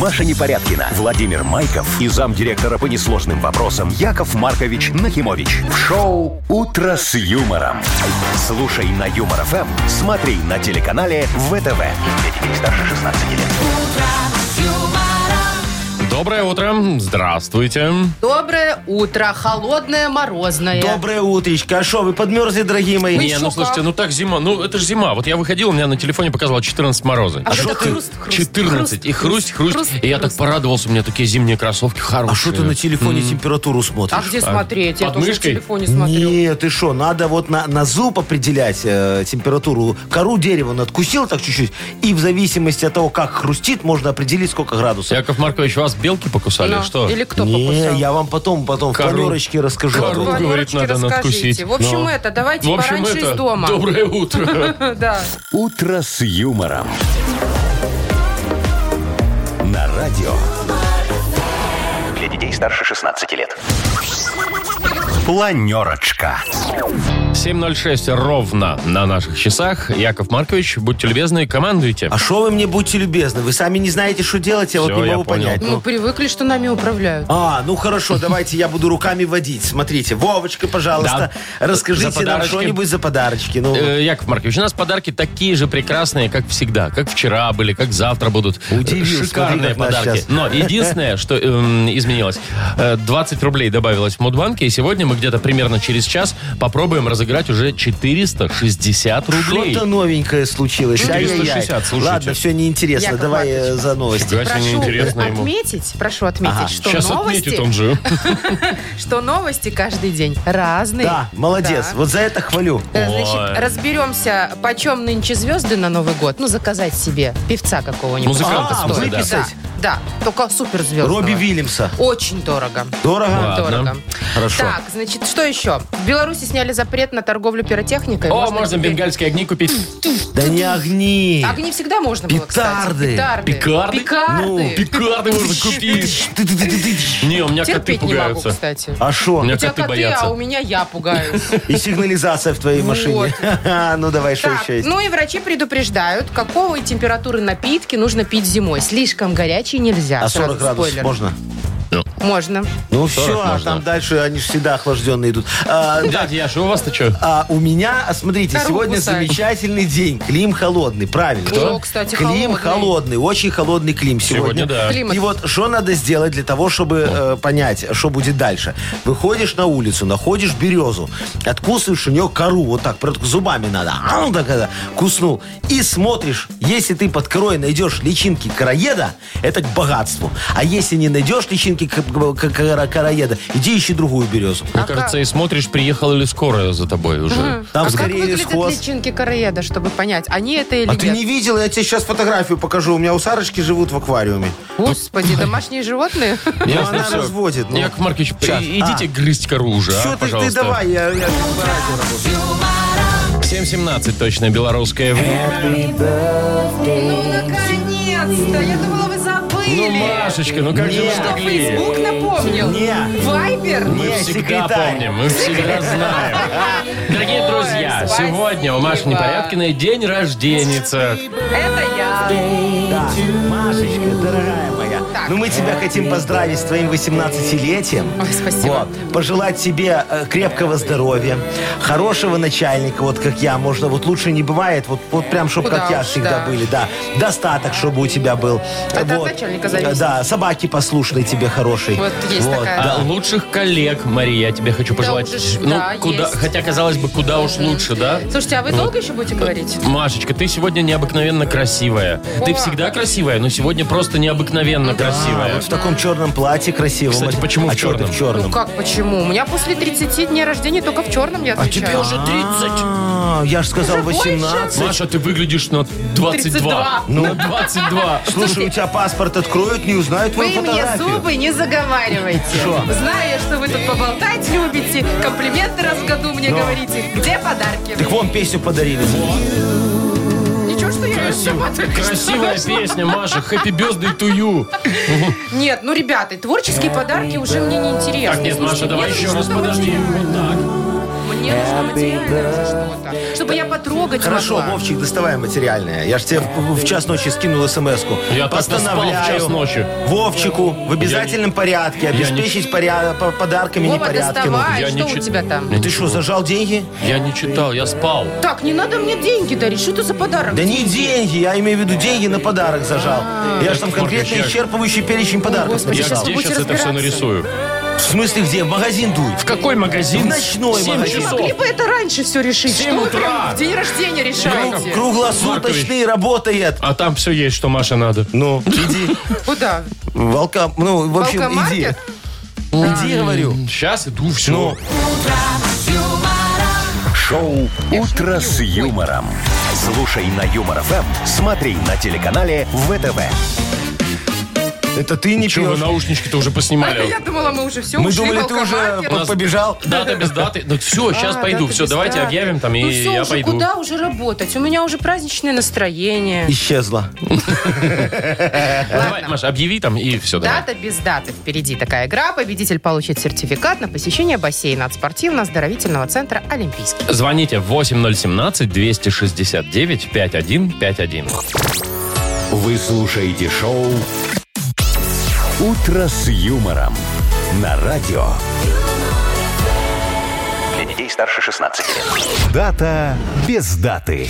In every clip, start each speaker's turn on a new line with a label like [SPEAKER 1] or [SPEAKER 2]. [SPEAKER 1] Маша Непорядкина, Владимир Майков и замдиректора по несложным вопросам Яков Маркович Нахимович. В шоу «Утро с юмором». Слушай на Юмор ФМ, смотри на телеканале ВТВ. Для детей старше 16 лет.
[SPEAKER 2] Доброе утро. Здравствуйте.
[SPEAKER 3] Ну Доброе утро. Холодное, морозное.
[SPEAKER 4] Доброе утречко. А шо, вы подмерзли, дорогие мои?
[SPEAKER 3] Мы-
[SPEAKER 2] не,
[SPEAKER 3] еще
[SPEAKER 2] ну слушайте,
[SPEAKER 3] как.
[SPEAKER 2] ну так зима. Ну это же зима. Вот я выходил, у меня на телефоне показало 14 мороза.
[SPEAKER 3] А
[SPEAKER 4] шо
[SPEAKER 3] вот это
[SPEAKER 4] ты?
[SPEAKER 3] хруст, хруст,
[SPEAKER 2] 14. и хрусть, хруст. и я так порадовался, у меня такие зимние кроссовки хорошие.
[SPEAKER 4] А что ты на телефоне температуру смотришь?
[SPEAKER 3] А где смотреть? Я
[SPEAKER 2] под
[SPEAKER 3] тоже в
[SPEAKER 2] мышкой?
[SPEAKER 3] телефоне смотрю.
[SPEAKER 4] Нет, ты что, надо вот на, на зуб определять э, температуру. Кору дерева надкусил так чуть-чуть, и в зависимости от того, как хрустит, можно определить, сколько градусов.
[SPEAKER 2] Яков Маркович, вас белки покусали?
[SPEAKER 3] Ну,
[SPEAKER 2] что?
[SPEAKER 3] Или кто покусал?
[SPEAKER 4] Не, я вам потом, потом
[SPEAKER 2] Кору.
[SPEAKER 4] в планерочке расскажу.
[SPEAKER 2] Кору,
[SPEAKER 3] Планерочки
[SPEAKER 2] говорит, надо
[SPEAKER 3] расскажите.
[SPEAKER 2] надкусить.
[SPEAKER 3] В общем,
[SPEAKER 2] Ну.
[SPEAKER 3] это, давайте
[SPEAKER 2] В общем,
[SPEAKER 3] пораньше
[SPEAKER 2] это...
[SPEAKER 3] из дома.
[SPEAKER 2] Доброе утро.
[SPEAKER 3] Да.
[SPEAKER 1] «Утро с юмором». На радио. Для детей старше 16 лет. Планерочка.
[SPEAKER 2] 7.06 ровно на наших часах. Яков Маркович, будьте любезны, командуйте.
[SPEAKER 4] А что вы мне будьте любезны? Вы сами не знаете, что делать, я
[SPEAKER 2] Всё,
[SPEAKER 4] вот не
[SPEAKER 2] я
[SPEAKER 4] могу
[SPEAKER 2] понял.
[SPEAKER 4] понять.
[SPEAKER 3] Мы
[SPEAKER 4] Ну.
[SPEAKER 3] привыкли, что нами управляют.
[SPEAKER 4] А, ну хорошо, давайте я буду руками водить. Смотрите, Вовочка, пожалуйста,
[SPEAKER 2] Да. За
[SPEAKER 4] расскажите нам
[SPEAKER 2] подарочки.
[SPEAKER 4] что-нибудь за подарочки. Ну,
[SPEAKER 2] Э, Яков Маркович, у нас подарки такие же прекрасные, как всегда. Как вчера были, как завтра будут. Э,
[SPEAKER 4] Удивил, смотри,
[SPEAKER 2] Шикарные
[SPEAKER 4] как нас
[SPEAKER 2] подарки.
[SPEAKER 4] щас.
[SPEAKER 2] Но единственное, что эм, изменилось, э, 20 рублей добавилось в Мудбанке, и сегодня мы где-то примерно через час попробуем разыграть уже 460 рублей.
[SPEAKER 4] что-то новенькое случилось.
[SPEAKER 2] 460,
[SPEAKER 4] Ай-яй-яй.
[SPEAKER 2] слушайте.
[SPEAKER 4] Ладно, все неинтересно.
[SPEAKER 3] Яков
[SPEAKER 4] Давай э,
[SPEAKER 3] Маркович,
[SPEAKER 4] за новости.
[SPEAKER 2] Фига себе,
[SPEAKER 3] Прошу
[SPEAKER 2] неинтересно ему.
[SPEAKER 3] отметить, прошу отметить, что
[SPEAKER 2] Сейчас
[SPEAKER 3] новости,
[SPEAKER 2] отметит он же.
[SPEAKER 3] что новости каждый день разные.
[SPEAKER 4] Да, молодец.
[SPEAKER 3] Так.
[SPEAKER 4] Вот за это хвалю.
[SPEAKER 3] Э, Значит,
[SPEAKER 2] Ой.
[SPEAKER 3] разберемся, почем нынче звезды на Новый год. Ну, заказать себе певца какого-нибудь.
[SPEAKER 2] Музыканта,
[SPEAKER 4] А,
[SPEAKER 2] в смысле, да.
[SPEAKER 4] выписать.
[SPEAKER 3] Да, только суперзвезд.
[SPEAKER 4] Робби Вильямса.
[SPEAKER 3] Очень дорого.
[SPEAKER 4] Дорого?
[SPEAKER 2] Ладно.
[SPEAKER 3] Дорого.
[SPEAKER 4] Хорошо.
[SPEAKER 3] Так, значит, что еще? В Беларуси сняли запрет на торговлю пиротехникой.
[SPEAKER 2] О, можно
[SPEAKER 3] теперь-
[SPEAKER 2] бенгальские огни купить.
[SPEAKER 4] Да не огни.
[SPEAKER 3] Огни всегда можно было, кстати.
[SPEAKER 4] Петарды.
[SPEAKER 3] Петарды.
[SPEAKER 2] Пикарды?
[SPEAKER 3] Пикарды.
[SPEAKER 4] Ну,
[SPEAKER 2] Пикарды можно купить. Не, у меня коты
[SPEAKER 3] Терпеть не могу,
[SPEAKER 2] пугаются.
[SPEAKER 3] кстати.
[SPEAKER 4] А
[SPEAKER 2] У
[SPEAKER 4] шо?
[SPEAKER 2] меня
[SPEAKER 3] У тебя
[SPEAKER 2] коты
[SPEAKER 3] коты, а у
[SPEAKER 2] боятся.
[SPEAKER 3] меня я пугаюсь.
[SPEAKER 4] И сигнализация в твоей
[SPEAKER 3] Вот.
[SPEAKER 4] машине. Ну давай, что
[SPEAKER 3] Так,
[SPEAKER 4] еще есть?
[SPEAKER 3] ну и врачи предупреждают, какого температуры напитки нужно пить зимой. Слишком горячий нельзя.
[SPEAKER 4] А
[SPEAKER 3] Сразу
[SPEAKER 4] 40 градусов
[SPEAKER 3] спойлер.
[SPEAKER 4] можно?
[SPEAKER 3] Можно.
[SPEAKER 4] Ну
[SPEAKER 2] 40
[SPEAKER 4] все, а
[SPEAKER 2] можно.
[SPEAKER 4] там дальше они же всегда охлажденные идут. А,
[SPEAKER 2] Дядя Яша, у вас-то что?
[SPEAKER 4] А у меня, а, смотрите,
[SPEAKER 3] Корову
[SPEAKER 4] сегодня
[SPEAKER 3] кусает.
[SPEAKER 4] замечательный день. Клим холодный, правильно.
[SPEAKER 3] Кто? О, кстати,
[SPEAKER 4] Клим
[SPEAKER 3] холодный.
[SPEAKER 4] холодный, очень холодный клим сегодня.
[SPEAKER 2] Сегодня, да.
[SPEAKER 3] Климат.
[SPEAKER 4] И вот что надо сделать для того, чтобы э, понять, что будет дальше. Выходишь на улицу, находишь березу, откусываешь у нее кору, вот так, прот- зубами надо. Ау, так это, куснул. И смотришь, если ты под корой найдешь личинки короеда, это к богатству. А если не найдешь личинки к- к- к- короеда, иди ищи другую березу.
[SPEAKER 3] А
[SPEAKER 2] Мне кажется, и смотришь, приехала ли скорая за тобой уже.
[SPEAKER 4] Там
[SPEAKER 3] а как
[SPEAKER 4] скорее
[SPEAKER 3] выглядят
[SPEAKER 4] схоз.
[SPEAKER 3] личинки короеда, чтобы понять, они это или
[SPEAKER 4] А
[SPEAKER 3] нет?
[SPEAKER 4] ты не видел? Я тебе сейчас фотографию покажу. У меня у Сарочки живут в аквариуме.
[SPEAKER 3] Господи, домашние животные?
[SPEAKER 4] Ну,
[SPEAKER 2] Ясно
[SPEAKER 4] она
[SPEAKER 2] всё.
[SPEAKER 4] разводит. ну.
[SPEAKER 2] Яков Маркович, и-
[SPEAKER 4] Щас.
[SPEAKER 2] идите
[SPEAKER 4] А.
[SPEAKER 2] грызть кору уже,
[SPEAKER 4] Всё,
[SPEAKER 2] а,
[SPEAKER 4] ты- ты,
[SPEAKER 2] пожалуйста.
[SPEAKER 4] давай, я, я-
[SPEAKER 2] 7.17 точно белорусское время.
[SPEAKER 3] Ну, наконец-то! Я думала, вы
[SPEAKER 2] Ну,
[SPEAKER 3] забыли!
[SPEAKER 2] Машечка, ну как же вы
[SPEAKER 4] Нет.
[SPEAKER 3] Что,
[SPEAKER 2] могли?
[SPEAKER 3] Фейсбук напомнил?
[SPEAKER 4] Не.
[SPEAKER 3] Вайбер?
[SPEAKER 2] Мы
[SPEAKER 4] Не,
[SPEAKER 2] всегда
[SPEAKER 4] секретарь.
[SPEAKER 2] помним, мы всегда знаем. Дорогие
[SPEAKER 3] Ой,
[SPEAKER 2] друзья,
[SPEAKER 3] спасибо.
[SPEAKER 2] сегодня у Маши Непорядкиной день рождения.
[SPEAKER 3] Это я.
[SPEAKER 4] да. Машечка, дорогая моя. Ну, мы тебя хотим поздравить с твоим 18-летием.
[SPEAKER 3] Ой, спасибо.
[SPEAKER 4] Вот. Пожелать тебе э, крепкого здоровья, хорошего начальника, вот как я, можно, вот лучше не бывает, вот, вот прям, чтобы
[SPEAKER 3] Куда
[SPEAKER 4] как я
[SPEAKER 3] уж,
[SPEAKER 4] всегда
[SPEAKER 3] да.
[SPEAKER 4] были, да. Достаток, чтобы у тебя был.
[SPEAKER 3] Это от начальника зависит.
[SPEAKER 4] Да, собаки послушные тебе хороший.
[SPEAKER 3] Вот есть такая.
[SPEAKER 2] А лучших коллег, Мария, я тебе хочу пожелать.
[SPEAKER 3] уже ж,
[SPEAKER 2] Ну,
[SPEAKER 3] да,
[SPEAKER 2] куда,
[SPEAKER 3] есть.
[SPEAKER 2] хотя, казалось бы, куда уж лучше, да?
[SPEAKER 3] Слушайте, а вы долго еще будете говорить? Ну
[SPEAKER 2] Машечка, ты сегодня необыкновенно красивая. Ты
[SPEAKER 3] О.
[SPEAKER 2] всегда красивая, но сегодня просто необыкновенно
[SPEAKER 4] А,
[SPEAKER 2] красивая.
[SPEAKER 4] вот в таком черном платье красивом.
[SPEAKER 2] Кстати,
[SPEAKER 4] А-
[SPEAKER 2] почему
[SPEAKER 4] а
[SPEAKER 2] в
[SPEAKER 4] чё ты
[SPEAKER 2] чёрном?
[SPEAKER 4] в черном?
[SPEAKER 3] Ну как, почему? У меня после 30 дней рождения только в черном я отвечаю.
[SPEAKER 2] тебе А уже 30.
[SPEAKER 4] А, я же сказал
[SPEAKER 3] Уже
[SPEAKER 4] 18.
[SPEAKER 2] Маша, ты выглядишь на 22.
[SPEAKER 3] 32.
[SPEAKER 2] Ну, На 22.
[SPEAKER 4] Слушай, у тебя паспорт откроют, не узнают твою
[SPEAKER 3] Вы мне
[SPEAKER 4] фотографию.
[SPEAKER 3] зубы не заговаривайте. Знаю, я, что вы тут поболтать любите, комплименты раз в году мне говорите. Где подарки?
[SPEAKER 4] Так вон песню подарили.
[SPEAKER 3] Ничего, что я
[SPEAKER 2] Красиво-
[SPEAKER 3] всё вот-
[SPEAKER 2] Красивая песня, Маша. Happy birthday to you.
[SPEAKER 3] Нет, ну, ребята, творческие подарки уже мне не интересны.
[SPEAKER 2] Так, нет, Маша,
[SPEAKER 3] Слушайте,
[SPEAKER 2] давай
[SPEAKER 3] мне
[SPEAKER 2] еще
[SPEAKER 3] нужно
[SPEAKER 2] раз
[SPEAKER 3] что-то
[SPEAKER 2] подожди.
[SPEAKER 3] материальное.
[SPEAKER 2] Вот так.
[SPEAKER 3] Мне нужно материальное уже что-то. Чтобы чтобы я потрогать
[SPEAKER 4] Хорошо,
[SPEAKER 3] могла.
[SPEAKER 4] Вовчик, доставай материальное. Я ж тебе в, в час ночи скинул смс-ку.
[SPEAKER 2] Я так наспал в час ночи.
[SPEAKER 4] Вовчику в обязательном порядке обеспечить поря- по- подарками
[SPEAKER 3] Вова,
[SPEAKER 4] непорядками. Ну
[SPEAKER 3] доставай,
[SPEAKER 2] Я
[SPEAKER 3] что
[SPEAKER 2] не
[SPEAKER 3] у
[SPEAKER 2] чит-
[SPEAKER 3] тебя там?
[SPEAKER 2] Не-
[SPEAKER 4] Ты что, зажал деньги?
[SPEAKER 2] Я не читал, я спал.
[SPEAKER 3] Так, не надо мне деньги дарить. Что это за подарок?
[SPEAKER 4] Да не деньги, я имею в виду деньги на подарок зажал. Я же там
[SPEAKER 2] Яков Маркович,
[SPEAKER 4] конкретно
[SPEAKER 2] я-
[SPEAKER 4] исчерпывающий перечень подарков
[SPEAKER 3] А. Господи,
[SPEAKER 2] Я
[SPEAKER 3] Сейчас
[SPEAKER 4] написал.
[SPEAKER 2] где
[SPEAKER 3] будете
[SPEAKER 2] сейчас это все
[SPEAKER 3] разбираться.
[SPEAKER 2] нарисую?
[SPEAKER 4] В смысле где? В магазин дуй.
[SPEAKER 2] В какой магазин?
[SPEAKER 4] В ночной
[SPEAKER 2] Семь
[SPEAKER 4] магазин.
[SPEAKER 3] Вы могли
[SPEAKER 2] часов.
[SPEAKER 3] бы это раньше все решить?
[SPEAKER 2] Семь
[SPEAKER 3] Что вы
[SPEAKER 2] утра.
[SPEAKER 3] прям в день рождения решаете?
[SPEAKER 4] Круглосуточный работает.
[SPEAKER 2] А там все есть, что Маша надо.
[SPEAKER 4] Ну, иди.
[SPEAKER 3] Куда?
[SPEAKER 4] Волка, ну, в общем, иди.
[SPEAKER 3] Волкомаркет?
[SPEAKER 4] Иди, говорю.
[SPEAKER 2] Сейчас иду, все.
[SPEAKER 4] Ну,
[SPEAKER 1] Шоу «Утро с юмором». Слушай на Юмор ФМ, смотри на телеканале ВТВ.
[SPEAKER 4] это ты не
[SPEAKER 2] Чего вы
[SPEAKER 4] пьешь.
[SPEAKER 2] наушнички-то уже
[SPEAKER 3] А Я
[SPEAKER 2] поснимали?
[SPEAKER 3] думала, мы уже все
[SPEAKER 4] Мы
[SPEAKER 3] ушли.
[SPEAKER 4] думали, ты уже
[SPEAKER 3] волкомаркет.
[SPEAKER 4] по- побежал.
[SPEAKER 2] Дата без даты. Ну все, сейчас
[SPEAKER 3] А,
[SPEAKER 2] пойду.
[SPEAKER 3] да,
[SPEAKER 2] Все,
[SPEAKER 3] без
[SPEAKER 2] давайте
[SPEAKER 3] даты.
[SPEAKER 2] объявим там,
[SPEAKER 3] Ну
[SPEAKER 2] и
[SPEAKER 3] всё
[SPEAKER 2] я
[SPEAKER 3] уже,
[SPEAKER 2] пойду.
[SPEAKER 3] куда уже работать? У меня уже праздничное настроение.
[SPEAKER 4] Исчезла.
[SPEAKER 2] Давай, Маша, объяви там, и все, давай.
[SPEAKER 3] Дата без даты. Впереди такая игра. Победитель получит сертификат на посещение бассейна от спортивно-оздоровительного центра «Олимпийский».
[SPEAKER 2] Звоните 8017-269-5151.
[SPEAKER 1] Вы слушаете шоу «Утро с юмором» на радио. Для детей старше 16 лет. Дата без даты.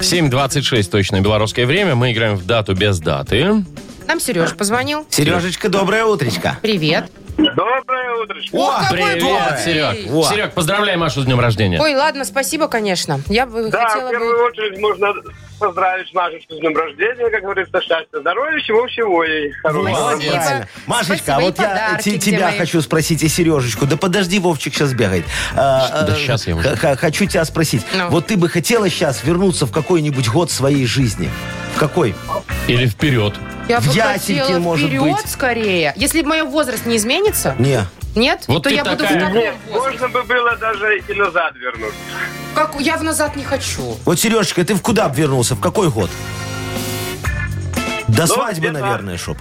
[SPEAKER 2] 7.26 точное белорусское время. Мы играем в дату без даты.
[SPEAKER 3] Нам Сережа позвонил.
[SPEAKER 4] Сережечка, доброе утречко.
[SPEAKER 3] Привет.
[SPEAKER 5] Доброе утречко.
[SPEAKER 4] О,
[SPEAKER 2] Привет,
[SPEAKER 4] доброе.
[SPEAKER 2] Серег.
[SPEAKER 4] Во.
[SPEAKER 2] Серег, поздравляй Машу с днем рождения.
[SPEAKER 3] Ой, ладно, спасибо, конечно. Я бы
[SPEAKER 5] Да,
[SPEAKER 3] хотела
[SPEAKER 5] в
[SPEAKER 3] бы...
[SPEAKER 5] первую очередь можно поздравить Машечку с днем рождения, как говорится, счастья, здоровья, всего-всего ей. Хорошего.
[SPEAKER 4] Вот,
[SPEAKER 3] Спасибо.
[SPEAKER 4] правильно. Машечка,
[SPEAKER 3] Спасибо,
[SPEAKER 4] а
[SPEAKER 3] и
[SPEAKER 4] вот я
[SPEAKER 3] подарки,
[SPEAKER 4] те-
[SPEAKER 3] где
[SPEAKER 4] тебя
[SPEAKER 3] мои?
[SPEAKER 4] хочу спросить и Сережечку. Да подожди, Вовчик сейчас бегает. А,
[SPEAKER 2] Да
[SPEAKER 4] а,
[SPEAKER 2] щас я
[SPEAKER 4] х-
[SPEAKER 2] уже.
[SPEAKER 4] х- Хочу тебя спросить.
[SPEAKER 3] Ну.
[SPEAKER 4] Вот ты бы хотела сейчас вернуться в какой-нибудь год своей жизни? В какой?
[SPEAKER 2] Или вперед.
[SPEAKER 3] Я
[SPEAKER 4] в
[SPEAKER 3] бы
[SPEAKER 4] ясельке,
[SPEAKER 3] хотела
[SPEAKER 4] может
[SPEAKER 3] вперед
[SPEAKER 4] быть.
[SPEAKER 3] скорее. Если мой возраст не изменится,
[SPEAKER 4] Не.
[SPEAKER 3] нет,
[SPEAKER 2] Вот
[SPEAKER 3] то
[SPEAKER 2] ты
[SPEAKER 3] я буду в
[SPEAKER 2] такая.
[SPEAKER 3] таком
[SPEAKER 5] Нет,
[SPEAKER 3] возрасте.
[SPEAKER 5] можно бы было даже и назад вернуть.
[SPEAKER 3] Как- Я в назад не хочу.
[SPEAKER 4] Вот, Сережечка, ты в куда б вернулся? В какой год?
[SPEAKER 2] Ну,
[SPEAKER 4] До свадьбы,
[SPEAKER 5] где-то-
[SPEAKER 4] наверное, чтоб.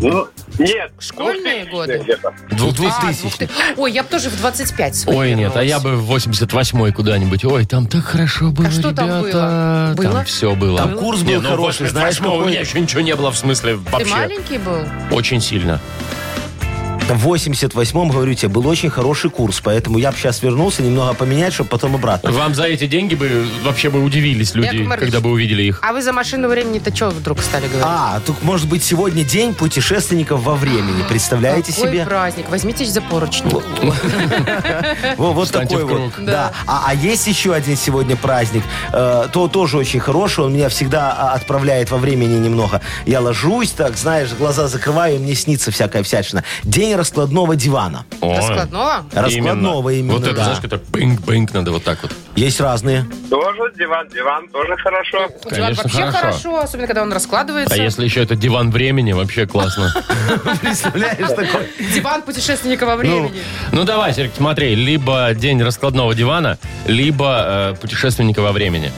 [SPEAKER 5] Ну, нет.
[SPEAKER 3] Школьные
[SPEAKER 5] 2000-е
[SPEAKER 3] годы?
[SPEAKER 5] где-то.
[SPEAKER 3] А,
[SPEAKER 4] Двухтысячный.
[SPEAKER 3] Ой, я бы тоже в 25 свои
[SPEAKER 2] Ой, нет, а я
[SPEAKER 3] вернулась.
[SPEAKER 2] бы в 88-й куда-нибудь. Ой, там так хорошо было,
[SPEAKER 3] А что там
[SPEAKER 2] ребята.
[SPEAKER 3] было? Было?
[SPEAKER 2] все было.
[SPEAKER 4] Там курс
[SPEAKER 2] Не,
[SPEAKER 4] был
[SPEAKER 2] ну,
[SPEAKER 4] хороший, знаешь,
[SPEAKER 2] 88-го у меня
[SPEAKER 4] какой?
[SPEAKER 2] еще ничего не было в смысле
[SPEAKER 3] Ты
[SPEAKER 2] вообще.
[SPEAKER 3] маленький был?
[SPEAKER 2] Очень сильно.
[SPEAKER 4] В 88-м, говорю тебе, был очень хороший курс, поэтому я бы сейчас вернулся, немного поменять, чтобы потом обратно.
[SPEAKER 2] Вам за эти деньги бы вообще бы удивились люди,
[SPEAKER 3] Яков Маркович.
[SPEAKER 2] когда бы увидели их.
[SPEAKER 3] А вы за машину времени-то что вдруг стали говорить?
[SPEAKER 4] А, тут может быть сегодня день путешественников во времени. Представляете
[SPEAKER 3] Какой
[SPEAKER 4] себе?
[SPEAKER 3] праздник? Возьмитесь за поручни.
[SPEAKER 2] Ну,
[SPEAKER 4] Во- Вот
[SPEAKER 2] Встаньте
[SPEAKER 4] такой
[SPEAKER 2] в
[SPEAKER 4] вот.
[SPEAKER 2] круг.
[SPEAKER 4] Да. А а есть еще один сегодня праздник. э, То тоже очень хороший. Он меня всегда а, отправляет во времени немного. Я ложусь, так, знаешь, глаза закрываю, и мне снится всякая всячина. День раскладного дивана.
[SPEAKER 2] О,
[SPEAKER 3] Раскладного?
[SPEAKER 4] Раскладного именно,
[SPEAKER 2] Вот это,
[SPEAKER 4] да.
[SPEAKER 2] знаешь, когда бинг-бинг надо вот так вот.
[SPEAKER 4] Есть разные.
[SPEAKER 5] Тоже диван, диван, тоже хорошо.
[SPEAKER 3] Диван
[SPEAKER 2] Ну, Конечно,
[SPEAKER 3] вообще
[SPEAKER 2] хорошо.
[SPEAKER 3] хорошо. особенно когда он раскладывается.
[SPEAKER 2] А если еще это диван времени, вообще классно.
[SPEAKER 4] Представляешь, такой?
[SPEAKER 3] Диван путешественника во времени.
[SPEAKER 2] Ну давай, Серег, смотри, либо день раскладного дивана, либо э, путешественника во времени.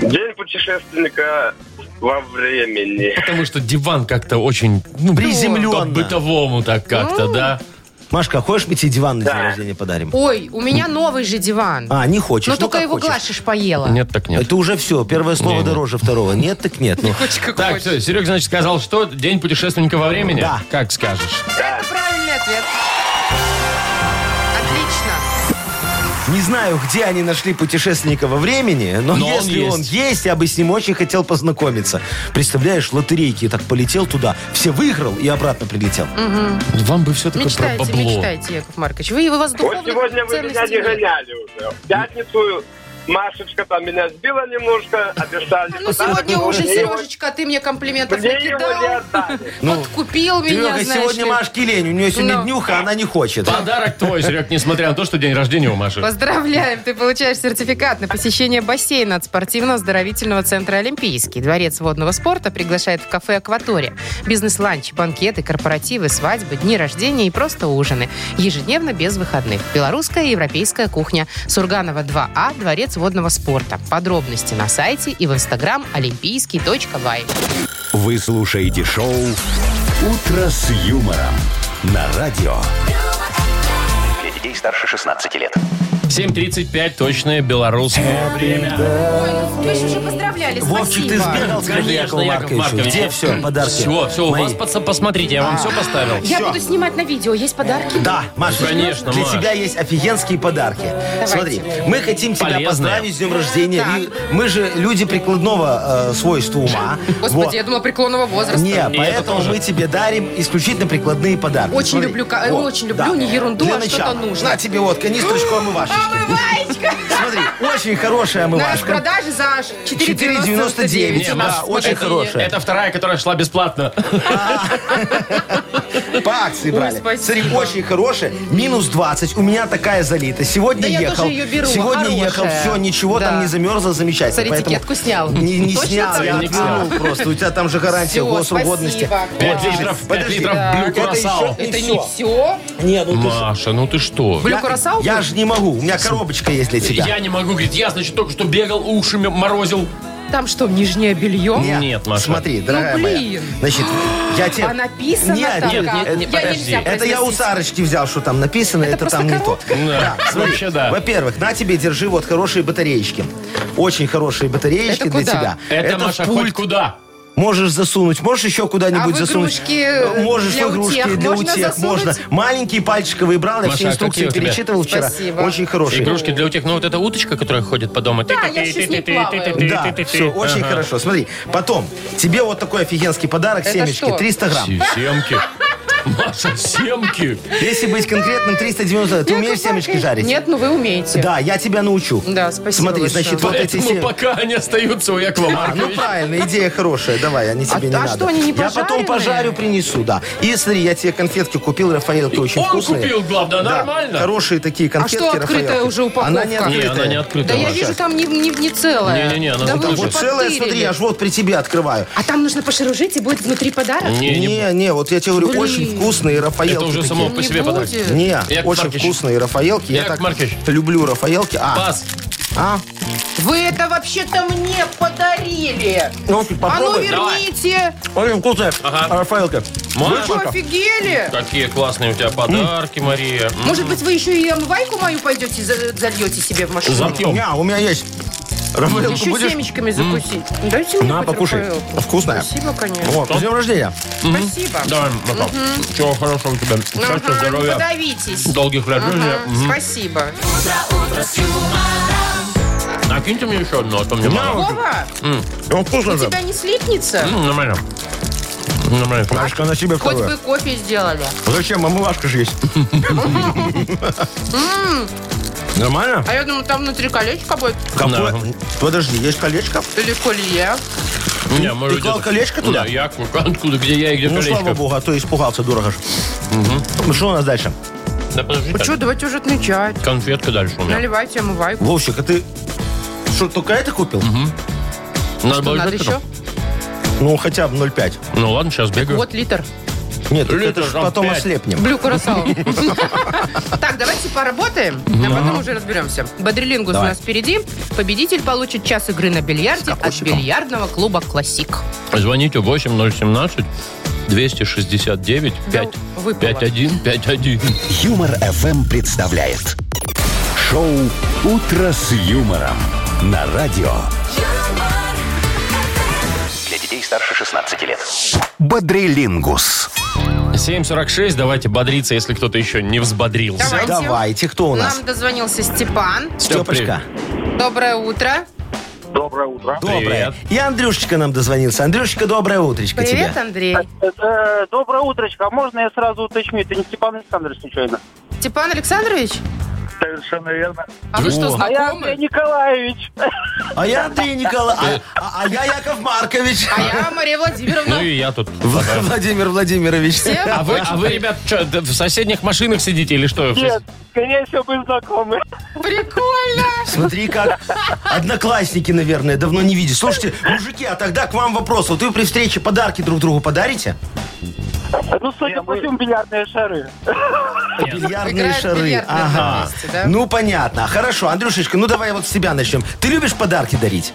[SPEAKER 5] День путешественника во времени.
[SPEAKER 2] Потому что диван как-то очень ну,
[SPEAKER 4] Приземленно.
[SPEAKER 2] по-бытовому так
[SPEAKER 3] Ну,
[SPEAKER 2] как-то, да?
[SPEAKER 4] Машка, хочешь мы тебе диван на день
[SPEAKER 5] Да.
[SPEAKER 4] рождения подарим?
[SPEAKER 3] Ой, у меня новый же диван.
[SPEAKER 4] А, не хочешь.
[SPEAKER 3] Но
[SPEAKER 4] ну
[SPEAKER 3] только
[SPEAKER 4] как
[SPEAKER 3] его
[SPEAKER 4] хочешь.
[SPEAKER 3] Глашиш поела.
[SPEAKER 2] Нет, так нет.
[SPEAKER 4] Это уже все. Первое слово
[SPEAKER 2] Не-не.
[SPEAKER 4] дороже второго. Нет, так нет. Ну,
[SPEAKER 3] Точка
[SPEAKER 2] Так,
[SPEAKER 3] хочешь.
[SPEAKER 2] все, Серег, значит, сказал, что день путешественника во времени?
[SPEAKER 4] Да.
[SPEAKER 2] Как скажешь.
[SPEAKER 3] Это правильный ответ. Отлично.
[SPEAKER 4] не знаю, где они нашли путешественника во времени, но,
[SPEAKER 2] Но он
[SPEAKER 4] если он
[SPEAKER 2] есть.
[SPEAKER 4] есть. я бы с ним очень хотел познакомиться. Представляешь, лотерейки так полетел туда, все выиграл и обратно прилетел.
[SPEAKER 2] Вам бы все-таки про
[SPEAKER 3] Мечтайте,
[SPEAKER 2] бабло.
[SPEAKER 3] мечтайте, Яков Маркович. Вы, вы вас
[SPEAKER 5] Вот
[SPEAKER 3] духовных
[SPEAKER 5] сегодня вы меня
[SPEAKER 3] ценностей
[SPEAKER 5] не
[SPEAKER 3] нет.
[SPEAKER 5] гоняли уже. В пятницу Машечка там меня сбила немножко, обещали.
[SPEAKER 3] Ну, сегодня уже, Сережечка, ты мне комплиментов
[SPEAKER 5] Мне его не
[SPEAKER 3] накидал.
[SPEAKER 5] отдали.
[SPEAKER 3] Подкупил меня,
[SPEAKER 4] Серега,
[SPEAKER 3] знаешь
[SPEAKER 4] Ну, сегодня
[SPEAKER 3] ли.
[SPEAKER 4] Машке лень, у нее сегодня
[SPEAKER 3] Ну.
[SPEAKER 4] днюха, она не хочет.
[SPEAKER 2] Подарок твой, Серег, несмотря на то, что день рождения у Маши.
[SPEAKER 3] Поздравляем! Ты получаешь сертификат на посещение бассейна от спортивно-оздоровительного центра «Олимпийский». Дворец водного спорта приглашает в кафе «Акватория». Бизнес-ланчи, банкеты, корпоративы, свадьбы, дни рождения и просто ужины. Ежедневно без выходных. Белорусская и европейская кухня. Сурганова 2А, Дворец водного спорта. Подробности на сайте и в инстаграм олимпийский.бай.
[SPEAKER 1] Вы слушаете шоу «Утро с юмором» на радио. Для детей старше 16 лет.
[SPEAKER 2] 7.35, точное белорусское время.
[SPEAKER 3] Ой, ну вы же уже поздравляли,
[SPEAKER 4] Вовчик, ты
[SPEAKER 3] спасибо.
[SPEAKER 4] сбегал, скажи Якову Марковичу. Где все подарки?
[SPEAKER 2] Все, все, у
[SPEAKER 4] Мои.
[SPEAKER 2] вас, паца- посмотрите, я вам все поставил.
[SPEAKER 3] Я буду снимать на видео, есть подарки?
[SPEAKER 4] Да, Маша,
[SPEAKER 2] Ну, Конечно,
[SPEAKER 4] для
[SPEAKER 2] Маш.
[SPEAKER 4] тебя есть офигенские подарки. Смотри, мы хотим тебя
[SPEAKER 2] Полезные.
[SPEAKER 4] поздравить с днем рождения.
[SPEAKER 3] Так.
[SPEAKER 4] И Мы же люди прикладного э, свойства ума.
[SPEAKER 3] Господи,
[SPEAKER 4] Вот.
[SPEAKER 3] я думала преклонного возраста.
[SPEAKER 4] Не,
[SPEAKER 2] это
[SPEAKER 4] поэтому
[SPEAKER 2] тоже.
[SPEAKER 4] мы тебе дарим исключительно прикладные подарки.
[SPEAKER 3] Очень люблю ка- э, очень люблю не ерунду,
[SPEAKER 4] Для
[SPEAKER 3] а что-то
[SPEAKER 4] начала.
[SPEAKER 3] нужно.
[SPEAKER 4] На тебе вот канистрочку омывашечки.
[SPEAKER 3] Омываечка!
[SPEAKER 4] Смотри, очень хорошая
[SPEAKER 3] На
[SPEAKER 4] омывашка.
[SPEAKER 3] продаже за 4,99.
[SPEAKER 4] 4,99.
[SPEAKER 2] Не,
[SPEAKER 4] у
[SPEAKER 2] Маш,
[SPEAKER 4] нас очень
[SPEAKER 2] это-
[SPEAKER 4] хорошая.
[SPEAKER 2] Это вторая, которая шла бесплатно.
[SPEAKER 4] По акции брали.
[SPEAKER 3] спасибо.
[SPEAKER 4] Смотри, очень хорошая. Минус 20. У меня такая залита. Сегодня
[SPEAKER 3] Да я
[SPEAKER 4] ехал.
[SPEAKER 3] тоже ее беру,
[SPEAKER 4] Сегодня
[SPEAKER 3] хорошая.
[SPEAKER 4] ехал. Все, ничего
[SPEAKER 3] Да.
[SPEAKER 4] там не замерзло. Замечательно.
[SPEAKER 3] Смотри,
[SPEAKER 4] Поэтому
[SPEAKER 3] этикетку снял.
[SPEAKER 4] Не, не
[SPEAKER 3] Точно
[SPEAKER 4] снял.
[SPEAKER 3] так?
[SPEAKER 4] Я
[SPEAKER 2] Не снял.
[SPEAKER 4] отвернул просто. У тебя там же гарантия
[SPEAKER 3] Всё,
[SPEAKER 4] госрок годности.
[SPEAKER 3] спасибо.
[SPEAKER 2] Пять
[SPEAKER 4] Подожди,
[SPEAKER 2] литров, пять
[SPEAKER 4] подожди.
[SPEAKER 2] литров
[SPEAKER 4] Да.
[SPEAKER 2] блю
[SPEAKER 4] Это
[SPEAKER 2] курасао.
[SPEAKER 4] еще
[SPEAKER 3] Это
[SPEAKER 4] всё.
[SPEAKER 3] не все.
[SPEAKER 4] Не, ну ты ж-
[SPEAKER 2] Маша, ну ты что?
[SPEAKER 3] Блю
[SPEAKER 4] Я-
[SPEAKER 3] курасао
[SPEAKER 4] Я
[SPEAKER 3] был?
[SPEAKER 4] же не могу. У меня коробочка есть для тебя.
[SPEAKER 2] Я не могу, говорит, я, значит, только что бегал, уши м- морозил.
[SPEAKER 3] Там что, нижнее белье?
[SPEAKER 2] Нет, Маша.
[SPEAKER 4] Смотри, дорогая моя.
[SPEAKER 3] Ну, блин.
[SPEAKER 4] Значит, я тебе...
[SPEAKER 3] А написано
[SPEAKER 4] Нет,
[SPEAKER 3] так.
[SPEAKER 4] нет,
[SPEAKER 3] как?
[SPEAKER 2] нет, не,
[SPEAKER 3] я
[SPEAKER 2] подожди.
[SPEAKER 3] нельзя
[SPEAKER 4] Это я у
[SPEAKER 3] произносить.
[SPEAKER 4] Сарочки взял, что там написано, это,
[SPEAKER 3] просто
[SPEAKER 4] там не то.
[SPEAKER 3] коробка.
[SPEAKER 2] Да,
[SPEAKER 4] смотри,
[SPEAKER 2] вообще да.
[SPEAKER 4] Во-первых, на тебе держи вот хорошие батареечки. Очень хорошие батареечки
[SPEAKER 3] Это
[SPEAKER 4] для
[SPEAKER 3] куда?
[SPEAKER 4] тебя.
[SPEAKER 2] Это,
[SPEAKER 4] в
[SPEAKER 2] Маша, хоть
[SPEAKER 4] пульт.
[SPEAKER 2] куда?
[SPEAKER 4] Можешь засунуть, можешь еще куда-нибудь
[SPEAKER 3] А в
[SPEAKER 4] засунуть.
[SPEAKER 3] игрушки, э,
[SPEAKER 4] можешь
[SPEAKER 3] для
[SPEAKER 4] в игрушки,
[SPEAKER 3] утех
[SPEAKER 4] для
[SPEAKER 3] можно
[SPEAKER 4] утех
[SPEAKER 3] засунуть?
[SPEAKER 4] можно. Маленькие пальчиковые брал, я
[SPEAKER 2] Маша,
[SPEAKER 4] все
[SPEAKER 2] а какие
[SPEAKER 4] инструкции
[SPEAKER 2] у тебя?
[SPEAKER 4] перечитывал вчера.
[SPEAKER 3] Спасибо.
[SPEAKER 4] Очень хорошие.
[SPEAKER 2] Игрушки для утех. Ну вот эта уточка, которая ходит по дому.
[SPEAKER 3] Да, я сейчас не плаваю.
[SPEAKER 4] Да, все, очень хорошо. Смотри, потом, тебе вот такой офигенский подарок,
[SPEAKER 3] Это
[SPEAKER 4] семечки,
[SPEAKER 3] что?
[SPEAKER 4] 300 грамм.
[SPEAKER 2] Семки. Маша, семки.
[SPEAKER 4] Если быть конкретным, 390. Ты умеешь семечки жарить?
[SPEAKER 3] Нет, ну вы умеете.
[SPEAKER 4] Да, я тебя научу.
[SPEAKER 3] Да, спасибо
[SPEAKER 4] Смотри,
[SPEAKER 3] большое.
[SPEAKER 4] значит, вот эти
[SPEAKER 2] Поэтому
[SPEAKER 4] семечки.
[SPEAKER 2] пока они остаются у Якова
[SPEAKER 4] А, ну
[SPEAKER 2] Марковича.
[SPEAKER 4] правильно, идея хорошая. Давай, они тебе не
[SPEAKER 3] а
[SPEAKER 4] надо.
[SPEAKER 3] что, они не
[SPEAKER 4] Я потом
[SPEAKER 3] пожаренные?
[SPEAKER 4] пожарю, принесу, да. И смотри, я тебе конфетки купил, Рафаэлки очень
[SPEAKER 2] он
[SPEAKER 4] вкусные.
[SPEAKER 2] купил, главное,
[SPEAKER 4] Да,
[SPEAKER 2] нормально.
[SPEAKER 4] Хорошие такие конфетки,
[SPEAKER 3] А что, открытая
[SPEAKER 4] Рафаэлки.
[SPEAKER 3] уже упаковка?
[SPEAKER 4] Она не
[SPEAKER 3] Не, она
[SPEAKER 4] открытая.
[SPEAKER 2] она не открытая.
[SPEAKER 3] Да я
[SPEAKER 2] Сейчас.
[SPEAKER 3] вижу, там не, не, не целая.
[SPEAKER 2] Не-не-не, она
[SPEAKER 3] да
[SPEAKER 2] вот
[SPEAKER 3] вы
[SPEAKER 2] так
[SPEAKER 3] уже
[SPEAKER 4] Вот целая,
[SPEAKER 3] потырили.
[SPEAKER 4] смотри, аж вот при тебе открываю.
[SPEAKER 3] А там нужно пошеружить, и будет внутри подарок?
[SPEAKER 2] Не, не-
[SPEAKER 4] Не, не, вот я тебе говорю,
[SPEAKER 3] Блин.
[SPEAKER 4] очень вкусные Рафаэлки.
[SPEAKER 2] Это уже
[SPEAKER 4] такие.
[SPEAKER 2] само по
[SPEAKER 3] Не
[SPEAKER 2] себе подарок.
[SPEAKER 3] будет.
[SPEAKER 4] Не,
[SPEAKER 2] Яков
[SPEAKER 4] очень
[SPEAKER 2] Маркович.
[SPEAKER 4] вкусные Рафаэлки. Я
[SPEAKER 2] Яков
[SPEAKER 4] так
[SPEAKER 2] Маркович.
[SPEAKER 4] люблю Рафаэлки. А,
[SPEAKER 2] Пас.
[SPEAKER 4] а?
[SPEAKER 3] Вы это вообще-то мне подарили.
[SPEAKER 4] Ну, ты
[SPEAKER 3] А ну
[SPEAKER 4] попробуй.
[SPEAKER 3] верните.
[SPEAKER 4] Очень вкусная А Рафаэлка.
[SPEAKER 3] Вы что, офигели?
[SPEAKER 2] Какие классные у тебя подарки, Мария. М.
[SPEAKER 3] Может быть, вы еще и омывайку мою пойдете и за- зальете себе в машину?
[SPEAKER 2] Запьем.
[SPEAKER 4] Не, А, у меня есть. Рафаэлку
[SPEAKER 3] Еще
[SPEAKER 4] будешь?
[SPEAKER 3] семечками закусить. Дайте мне
[SPEAKER 4] На,
[SPEAKER 3] хоть
[SPEAKER 4] покушай.
[SPEAKER 3] рукоделку.
[SPEAKER 4] Вкусная.
[SPEAKER 3] Спасибо, конечно.
[SPEAKER 4] Вот, с днем рождения.
[SPEAKER 3] Спасибо.
[SPEAKER 2] Давай, Маша. Всего хорошего у тебя.
[SPEAKER 4] Ну
[SPEAKER 3] Ага,
[SPEAKER 2] Счастья,
[SPEAKER 3] не
[SPEAKER 2] здоровья.
[SPEAKER 3] подавитесь.
[SPEAKER 2] Долгих лет
[SPEAKER 3] Ага,
[SPEAKER 2] жизни. Мгм.
[SPEAKER 3] Спасибо.
[SPEAKER 2] Накиньте мне еще одно, а то мне мало.
[SPEAKER 3] Вова,
[SPEAKER 4] Он вкусно же.
[SPEAKER 3] тебя не слипнется?
[SPEAKER 2] М, Нормально. Нормально.
[SPEAKER 4] Машка, на себе
[SPEAKER 3] Хоть бы
[SPEAKER 4] второе.
[SPEAKER 3] кофе сделали.
[SPEAKER 4] Зачем? Омывашка же есть. Нормально?
[SPEAKER 3] А я думаю, там внутри колечко будет
[SPEAKER 4] Какое?
[SPEAKER 2] Да.
[SPEAKER 4] Подожди, есть колечко?
[SPEAKER 3] или колье. Ну
[SPEAKER 2] Не, может,
[SPEAKER 4] Ты клал
[SPEAKER 2] это-
[SPEAKER 4] колечко туда?
[SPEAKER 2] Да, я к- откуда, где я и где
[SPEAKER 4] Ну, слава
[SPEAKER 2] колечко.
[SPEAKER 4] богу, а то испугался, дорого ж. Ну, Что у нас дальше?
[SPEAKER 2] Да подожди,
[SPEAKER 3] Ну
[SPEAKER 2] так,
[SPEAKER 3] что, давайте уже отмечать.
[SPEAKER 2] конфетка дальше у меня.
[SPEAKER 3] Наливайте омывайку.
[SPEAKER 4] Вовчик, а ты что, только это купил?
[SPEAKER 2] Надо
[SPEAKER 3] Что
[SPEAKER 2] было
[SPEAKER 3] надо
[SPEAKER 2] взять
[SPEAKER 3] еще?
[SPEAKER 2] это?
[SPEAKER 4] Ну, хотя бы 0,5.
[SPEAKER 2] Ну ладно, сейчас бегаю.
[SPEAKER 3] Вот литр.
[SPEAKER 4] Нет, так
[SPEAKER 2] Литр
[SPEAKER 4] это ж
[SPEAKER 2] там
[SPEAKER 4] потом
[SPEAKER 2] пять.
[SPEAKER 4] ослепнем.
[SPEAKER 3] Блю курасау. Так, давайте поработаем, а потом уже разберемся. Бодрилингус у
[SPEAKER 4] Давай.
[SPEAKER 3] нас впереди. Победитель получит час игры на бильярде от бильярдного клуба «Классик».
[SPEAKER 2] Звоните 8017 269 5
[SPEAKER 3] выпало.
[SPEAKER 2] 51 51.
[SPEAKER 1] Юмор FM представляет шоу Утро с юмором на радио
[SPEAKER 6] юмор,
[SPEAKER 7] Для детей старше 16 лет.
[SPEAKER 1] Бодрилингус.
[SPEAKER 2] 746, давайте бодриться, если кто-то еще не взбодрился.
[SPEAKER 3] Давай.
[SPEAKER 4] Давайте, кто у нас?
[SPEAKER 3] Нам дозвонился Степан.
[SPEAKER 4] Степочка.
[SPEAKER 3] Доброе утро.
[SPEAKER 5] Доброе утро.
[SPEAKER 4] Доброе.
[SPEAKER 2] Привет.
[SPEAKER 4] И Андрюшечка нам дозвонился. Андрюшечка, доброе утречко
[SPEAKER 3] Привет,
[SPEAKER 4] тебе.
[SPEAKER 3] Андрей.
[SPEAKER 5] Доброе утречко. А можно я сразу уточню? Это не Степан Александрович случайно?
[SPEAKER 3] Степан Александрович?
[SPEAKER 5] Совершенно верно.
[SPEAKER 3] А
[SPEAKER 2] Ну
[SPEAKER 3] вы что,
[SPEAKER 4] О.
[SPEAKER 5] А я
[SPEAKER 3] знакомы?
[SPEAKER 5] Андрей Николаевич.
[SPEAKER 4] А я Андрей Николаевич. А а я Яков Маркович.
[SPEAKER 3] А я Мария Владимировна.
[SPEAKER 2] Ну и я тут.
[SPEAKER 4] Владимир Владимирович.
[SPEAKER 3] Всем
[SPEAKER 2] А вы, а вы, ребят, что, в соседних машинах сидите или что?
[SPEAKER 5] Нет, скорее всего, мы знакомы.
[SPEAKER 3] Прикольно.
[SPEAKER 4] Смотри, как одноклассники, наверное, давно не видят. Слушайте, мужики, а тогда к вам вопрос. Вот вы при встрече подарки друг другу подарите?
[SPEAKER 5] Ну, судя по всему, бильярдные шары.
[SPEAKER 4] Бильярдные
[SPEAKER 3] Играют в
[SPEAKER 4] шары.
[SPEAKER 3] бильярд, наверное,
[SPEAKER 4] Ага.
[SPEAKER 3] вместе, да?
[SPEAKER 4] Ну, понятно. Хорошо, Андрюшечка, ну давай вот с тебя начнем. Ты любишь подарки дарить?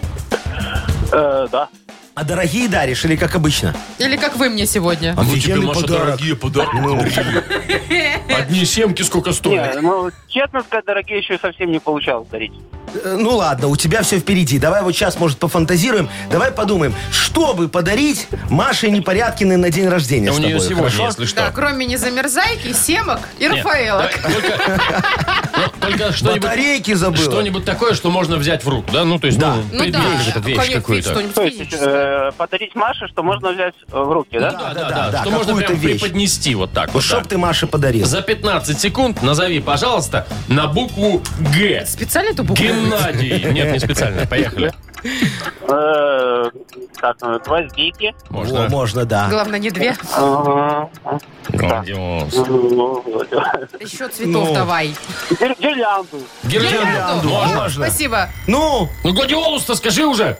[SPEAKER 5] Э, Да.
[SPEAKER 4] А дорогие даришь или как обычно?
[SPEAKER 3] Или как вы мне сегодня.
[SPEAKER 2] Ну, тебе,
[SPEAKER 4] Офигенный
[SPEAKER 2] Маша,
[SPEAKER 4] подарок.
[SPEAKER 2] дорогие подарки.
[SPEAKER 4] Ну.
[SPEAKER 2] дорогие. Одни семки сколько стоят.
[SPEAKER 5] ну, честно сказать, дорогие еще совсем не получалось дарить.
[SPEAKER 4] Э, Ну ладно, у тебя все впереди. Давай вот сейчас, может, пофантазируем. Давай подумаем, что бы подарить Маше Непорядкиной на день рождения
[SPEAKER 2] У
[SPEAKER 4] с
[SPEAKER 2] нее
[SPEAKER 4] тобой,
[SPEAKER 2] сегодня,
[SPEAKER 4] хорошо?
[SPEAKER 2] если
[SPEAKER 3] Да,
[SPEAKER 2] что.
[SPEAKER 3] кроме незамерзайки, семок и
[SPEAKER 2] Нет,
[SPEAKER 3] Рафаэлок.
[SPEAKER 2] давай, Только ну, только что-нибудь...
[SPEAKER 4] Батарейки забыла.
[SPEAKER 2] Что-нибудь такое, что можно взять в руку, да? Ну, то есть,
[SPEAKER 4] Да.
[SPEAKER 2] ну,
[SPEAKER 3] Ну
[SPEAKER 2] предмет
[SPEAKER 3] да,
[SPEAKER 2] какой-то, вещь
[SPEAKER 3] конечно,
[SPEAKER 2] какую-то.
[SPEAKER 3] что-нибудь
[SPEAKER 5] То есть
[SPEAKER 3] физическое.
[SPEAKER 5] э, подарить Маше, что можно взять э, в руки, да?
[SPEAKER 2] Да, да,
[SPEAKER 4] Да, да,
[SPEAKER 2] да.
[SPEAKER 4] да,
[SPEAKER 2] Что можно
[SPEAKER 4] какую-то
[SPEAKER 2] прям
[SPEAKER 4] вещь.
[SPEAKER 2] преподнести вот так
[SPEAKER 4] Вот
[SPEAKER 2] вот.
[SPEAKER 4] что
[SPEAKER 2] да.
[SPEAKER 4] б ты Маше подарил?
[SPEAKER 2] За 15 секунд назови, пожалуйста, на букву Г.
[SPEAKER 3] Специально эту букву?
[SPEAKER 2] Геннадий. Нет, не специально. Поехали.
[SPEAKER 5] Э, так, ну, гвоздики.
[SPEAKER 4] О,
[SPEAKER 2] Можно.
[SPEAKER 4] можно, да.
[SPEAKER 3] Главное, не две.
[SPEAKER 5] Э,
[SPEAKER 2] Грандиоз.
[SPEAKER 5] ну,
[SPEAKER 3] Еще цветов
[SPEAKER 4] Ну.
[SPEAKER 3] давай.
[SPEAKER 5] гир- Гирлянду.
[SPEAKER 2] Гирлянду.
[SPEAKER 3] Гирлянду.
[SPEAKER 2] ну, Можно.
[SPEAKER 3] О, Спасибо.
[SPEAKER 4] Ну,
[SPEAKER 2] Ну, гладиолус-то скажи уже.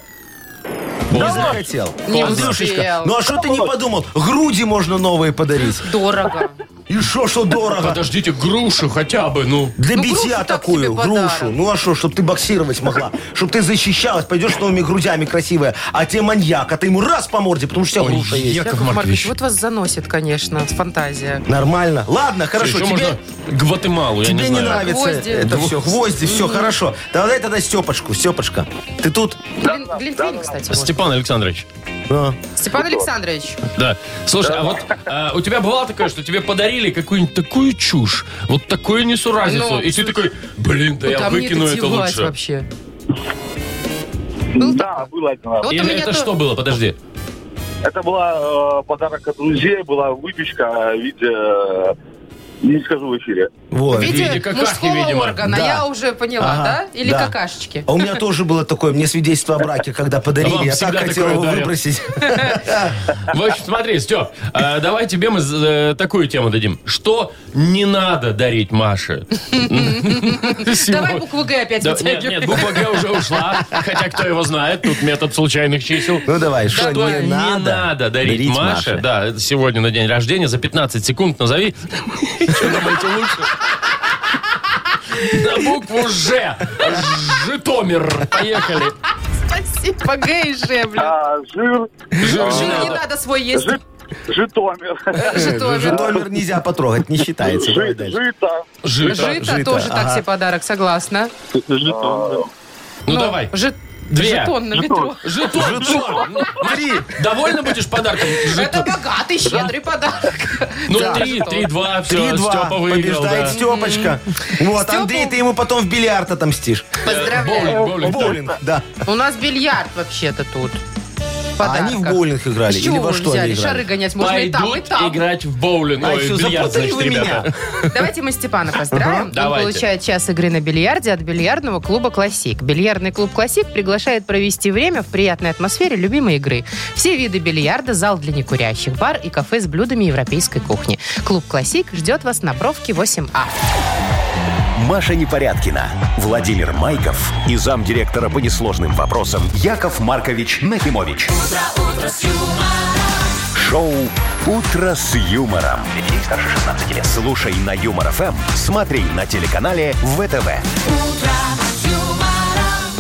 [SPEAKER 4] не захотел.
[SPEAKER 3] Не
[SPEAKER 4] Андрюшечка,
[SPEAKER 3] успел.
[SPEAKER 4] ну а что ты не подумал? Груди можно новые подарить.
[SPEAKER 3] Дорого.
[SPEAKER 4] И что, что дорого?
[SPEAKER 2] Подождите, грушу хотя бы, ну.
[SPEAKER 4] Для
[SPEAKER 3] Ну, грушу
[SPEAKER 4] битья
[SPEAKER 3] так
[SPEAKER 4] такую,
[SPEAKER 3] тебе
[SPEAKER 4] грушу.
[SPEAKER 3] подарок.
[SPEAKER 4] Ну а что, чтобы ты боксировать могла, чтобы ты защищалась, пойдешь с новыми грудями красивая, а тебе маньяк, а ты ему раз по морде, потому что у тебя
[SPEAKER 2] Ой,
[SPEAKER 4] груша есть.
[SPEAKER 2] Яков
[SPEAKER 3] Яков
[SPEAKER 2] Маркович.
[SPEAKER 3] Маркович, вот вас заносит, конечно, фантазия.
[SPEAKER 4] Нормально. Ладно, хорошо,
[SPEAKER 2] Еще
[SPEAKER 4] тебе,
[SPEAKER 2] можно Гватемалу, я не
[SPEAKER 4] тебе не,
[SPEAKER 2] знаю.
[SPEAKER 4] нравится
[SPEAKER 3] Гвозди.
[SPEAKER 4] это все. Гвозди, все, хорошо. Давай тогда Степочку, Степочка. Ты тут?
[SPEAKER 3] Глин- Глинтвейн, кстати, вот.
[SPEAKER 2] Степан Александрович.
[SPEAKER 4] А.
[SPEAKER 3] Степан Александрович.
[SPEAKER 2] Да. Слушай, а вот а, у тебя бывало такое, что тебе подарили какую-нибудь такую чушь, вот такую несуразицу,
[SPEAKER 3] Ну,
[SPEAKER 2] и ты такой, блин, да я
[SPEAKER 3] Куда мне
[SPEAKER 2] выкину это
[SPEAKER 3] девать
[SPEAKER 2] лучше.
[SPEAKER 3] вообще? Был
[SPEAKER 5] Да, было один раз.
[SPEAKER 3] Вот у
[SPEAKER 2] Или
[SPEAKER 3] меня
[SPEAKER 2] это
[SPEAKER 3] то-
[SPEAKER 2] что было? Подожди.
[SPEAKER 5] Это была э, подарок от друзей, была выпечка в виде... э, Не скажу в эфире.
[SPEAKER 4] Вот.
[SPEAKER 3] В виде
[SPEAKER 2] виде какашки,
[SPEAKER 3] мужского
[SPEAKER 2] видимо.
[SPEAKER 3] органа,
[SPEAKER 4] Да.
[SPEAKER 3] я уже поняла,
[SPEAKER 4] Ага,
[SPEAKER 3] да? Или
[SPEAKER 4] да.
[SPEAKER 3] какашечки.
[SPEAKER 4] А у меня тоже было такое, мне свидетельство о браке, когда
[SPEAKER 2] Вам
[SPEAKER 4] подарили, я так
[SPEAKER 2] всегда
[SPEAKER 4] хотел
[SPEAKER 2] такое
[SPEAKER 4] его
[SPEAKER 2] дарят.
[SPEAKER 4] выбросить.
[SPEAKER 2] В общем, смотри, Степ, э, давай тебе мы э, такую тему дадим. Что не надо дарить Маше?
[SPEAKER 3] Давай букву Г опять
[SPEAKER 2] Да, Нет,
[SPEAKER 3] вытягивай.
[SPEAKER 2] нет, буква Г уже ушла, хотя кто его знает, тут метод случайных чисел.
[SPEAKER 4] Ну давай,
[SPEAKER 2] Что
[SPEAKER 4] что не надо?
[SPEAKER 2] дарить, Маше. Да, это сегодня на день рождения. За 15 секунд назови. Что думаете лучше? На букву Ж. Житомир. Поехали.
[SPEAKER 3] Спасибо, Г и Ж, блин.
[SPEAKER 5] А, жир,
[SPEAKER 2] Жир
[SPEAKER 3] Жир
[SPEAKER 2] не
[SPEAKER 3] не
[SPEAKER 2] надо.
[SPEAKER 3] надо свой есть. Э,
[SPEAKER 5] жи- Житомир.
[SPEAKER 3] Житомир.
[SPEAKER 4] Житомир нельзя потрогать, не считается. Давай
[SPEAKER 5] Жи-
[SPEAKER 4] дальше.
[SPEAKER 5] Жито.
[SPEAKER 2] Жито.
[SPEAKER 4] жито,
[SPEAKER 3] Жито тоже так
[SPEAKER 4] ага.
[SPEAKER 3] себе подарок, согласна.
[SPEAKER 2] Ну
[SPEAKER 3] Но
[SPEAKER 2] давай.
[SPEAKER 3] жи-
[SPEAKER 2] Две.
[SPEAKER 3] Жетон на метро.
[SPEAKER 2] Житомир. Ну,
[SPEAKER 4] Три.
[SPEAKER 2] Довольно будешь подарком?
[SPEAKER 3] Это
[SPEAKER 2] Жито.
[SPEAKER 3] богатый, щедрый подарок.
[SPEAKER 2] Ну,
[SPEAKER 3] Да.
[SPEAKER 2] три,
[SPEAKER 3] Жетон.
[SPEAKER 2] три, два. Все,
[SPEAKER 4] Три-два.
[SPEAKER 2] Степа выиграл.
[SPEAKER 4] Побеждает
[SPEAKER 2] да.
[SPEAKER 4] Степочка. Вот,
[SPEAKER 3] Степу-
[SPEAKER 4] Андрей, ты ему потом в бильярд отомстишь.
[SPEAKER 3] Поздравляю.
[SPEAKER 2] Боулинг, боулинг, да.
[SPEAKER 4] Боулинг, да.
[SPEAKER 3] У нас бильярд вообще-то тут.
[SPEAKER 4] А
[SPEAKER 3] Подарка.
[SPEAKER 4] они в боулинг играли?
[SPEAKER 3] С чего
[SPEAKER 4] Или во
[SPEAKER 3] вы
[SPEAKER 4] что
[SPEAKER 3] взяли?
[SPEAKER 4] они
[SPEAKER 3] Шары
[SPEAKER 4] играли?
[SPEAKER 3] гонять можно и там, и
[SPEAKER 2] Пойдут
[SPEAKER 3] там.
[SPEAKER 2] играть в боулинг.
[SPEAKER 4] А
[SPEAKER 2] Ой,
[SPEAKER 4] еще
[SPEAKER 2] в бильярд,
[SPEAKER 4] запутали
[SPEAKER 2] значит,
[SPEAKER 4] вы меня.
[SPEAKER 2] ребята.
[SPEAKER 3] Давайте мы Степана поздравим. Он
[SPEAKER 2] Давайте.
[SPEAKER 3] получает час игры на бильярде от бильярдного клуба «Классик». Бильярдный клуб «Классик» приглашает провести время в приятной атмосфере любимой игры. Все виды бильярда, зал для некурящих, бар и кафе с блюдами европейской кухни. Клуб «Классик» ждет вас на Бровке А. 8А.
[SPEAKER 1] Маша Непорядкина, Владимир Майков и замдиректора по несложным вопросам Яков Маркович Нахимович. Шоу Утро с юмором. Детей старше 16 лет. Слушай на юмор ФМ, смотри на телеканале ВТВ.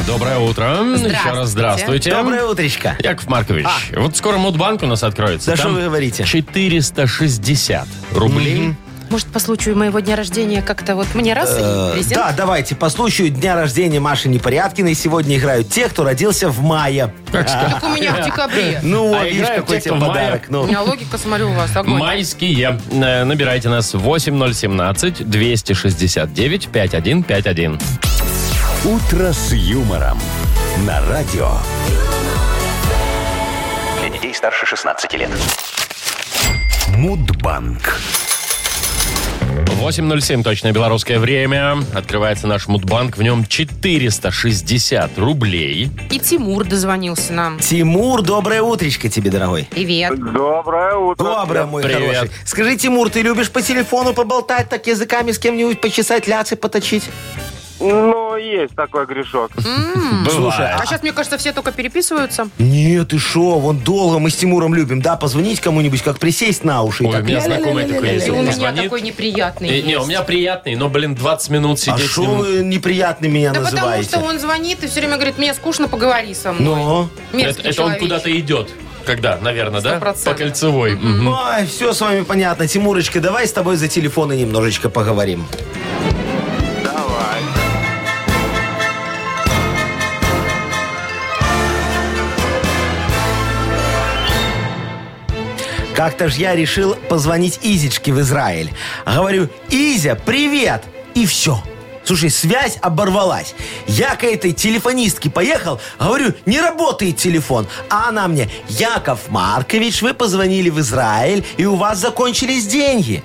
[SPEAKER 2] Доброе утро. Еще раз
[SPEAKER 3] Здравствуйте.
[SPEAKER 2] здравствуйте.
[SPEAKER 4] Доброе утречко.
[SPEAKER 2] Яков Маркович, вот скоро Мудбанк у нас откроется.
[SPEAKER 4] Да
[SPEAKER 2] Там
[SPEAKER 4] что вы говорите?
[SPEAKER 2] 460 рублей.
[SPEAKER 3] Может, по случаю моего дня рождения как-то вот мне раз и
[SPEAKER 4] Э, Да,
[SPEAKER 3] презент?
[SPEAKER 4] давайте, по случаю дня рождения Маши Непорядкиной сегодня играют те, кто родился в мае.
[SPEAKER 2] Как сказать?
[SPEAKER 3] Так у меня в декабре.
[SPEAKER 4] Ну,
[SPEAKER 2] А
[SPEAKER 4] вот, видишь,
[SPEAKER 2] играют
[SPEAKER 4] какой
[SPEAKER 2] те,
[SPEAKER 4] тебе
[SPEAKER 2] кто в мае.
[SPEAKER 4] подарок.
[SPEAKER 3] У
[SPEAKER 4] Ну,
[SPEAKER 3] меня логика, смотрю, у вас огонь.
[SPEAKER 2] Майские. Э, Набирайте нас 8017-269-5151.
[SPEAKER 1] Утро с юмором. На радио.
[SPEAKER 7] Для детей старше 16 лет.
[SPEAKER 1] Мудбанк.
[SPEAKER 2] 8.07 точное белорусское время. Открывается наш Мудбанк. В нем 460 рублей.
[SPEAKER 3] И Тимур дозвонился нам.
[SPEAKER 4] Тимур, доброе утречко тебе, дорогой.
[SPEAKER 3] Привет.
[SPEAKER 5] Доброе утро.
[SPEAKER 4] Доброе, мой
[SPEAKER 2] Привет.
[SPEAKER 4] хороший. Скажи, Тимур, ты любишь по телефону поболтать, так языками с кем-нибудь почесать, ляцы поточить?
[SPEAKER 5] Ну, есть такой грешок.
[SPEAKER 4] Слушай,
[SPEAKER 3] А сейчас, мне кажется, все только переписываются.
[SPEAKER 4] Нет, ты шо, вон долго мы с Тимуром любим, да, позвонить кому-нибудь, как присесть на уши и
[SPEAKER 2] Ой, у
[SPEAKER 4] так.
[SPEAKER 2] меня знакомый такой есть.
[SPEAKER 3] И у
[SPEAKER 2] Он
[SPEAKER 3] меня
[SPEAKER 2] звонит.
[SPEAKER 3] такой неприятный
[SPEAKER 2] И- Не, у
[SPEAKER 3] есть.
[SPEAKER 2] меня приятный, но, блин, 20 минут
[SPEAKER 4] А
[SPEAKER 2] сидеть с
[SPEAKER 4] шо
[SPEAKER 2] ним.
[SPEAKER 4] вы неприятный меня
[SPEAKER 3] Да потому
[SPEAKER 4] называете?
[SPEAKER 3] что он звонит и все время говорит, мне скучно, поговори со мной.
[SPEAKER 4] Ну?
[SPEAKER 2] Это, это он куда-то идет. Когда, наверное, да?
[SPEAKER 3] 100%.
[SPEAKER 2] По кольцевой. Мгм.
[SPEAKER 4] Ой, все с вами понятно. Тимурочка, давай с тобой за телефоны немножечко поговорим.
[SPEAKER 5] Давай.
[SPEAKER 4] Как-то ж я решил позвонить Изечке в Израиль. Говорю, Изя, привет! И все. Слушай, связь оборвалась. Я к этой телефонистке поехал, говорю, не работает телефон. А она мне, Яков Маркович, вы позвонили в Израиль, и у вас закончились деньги.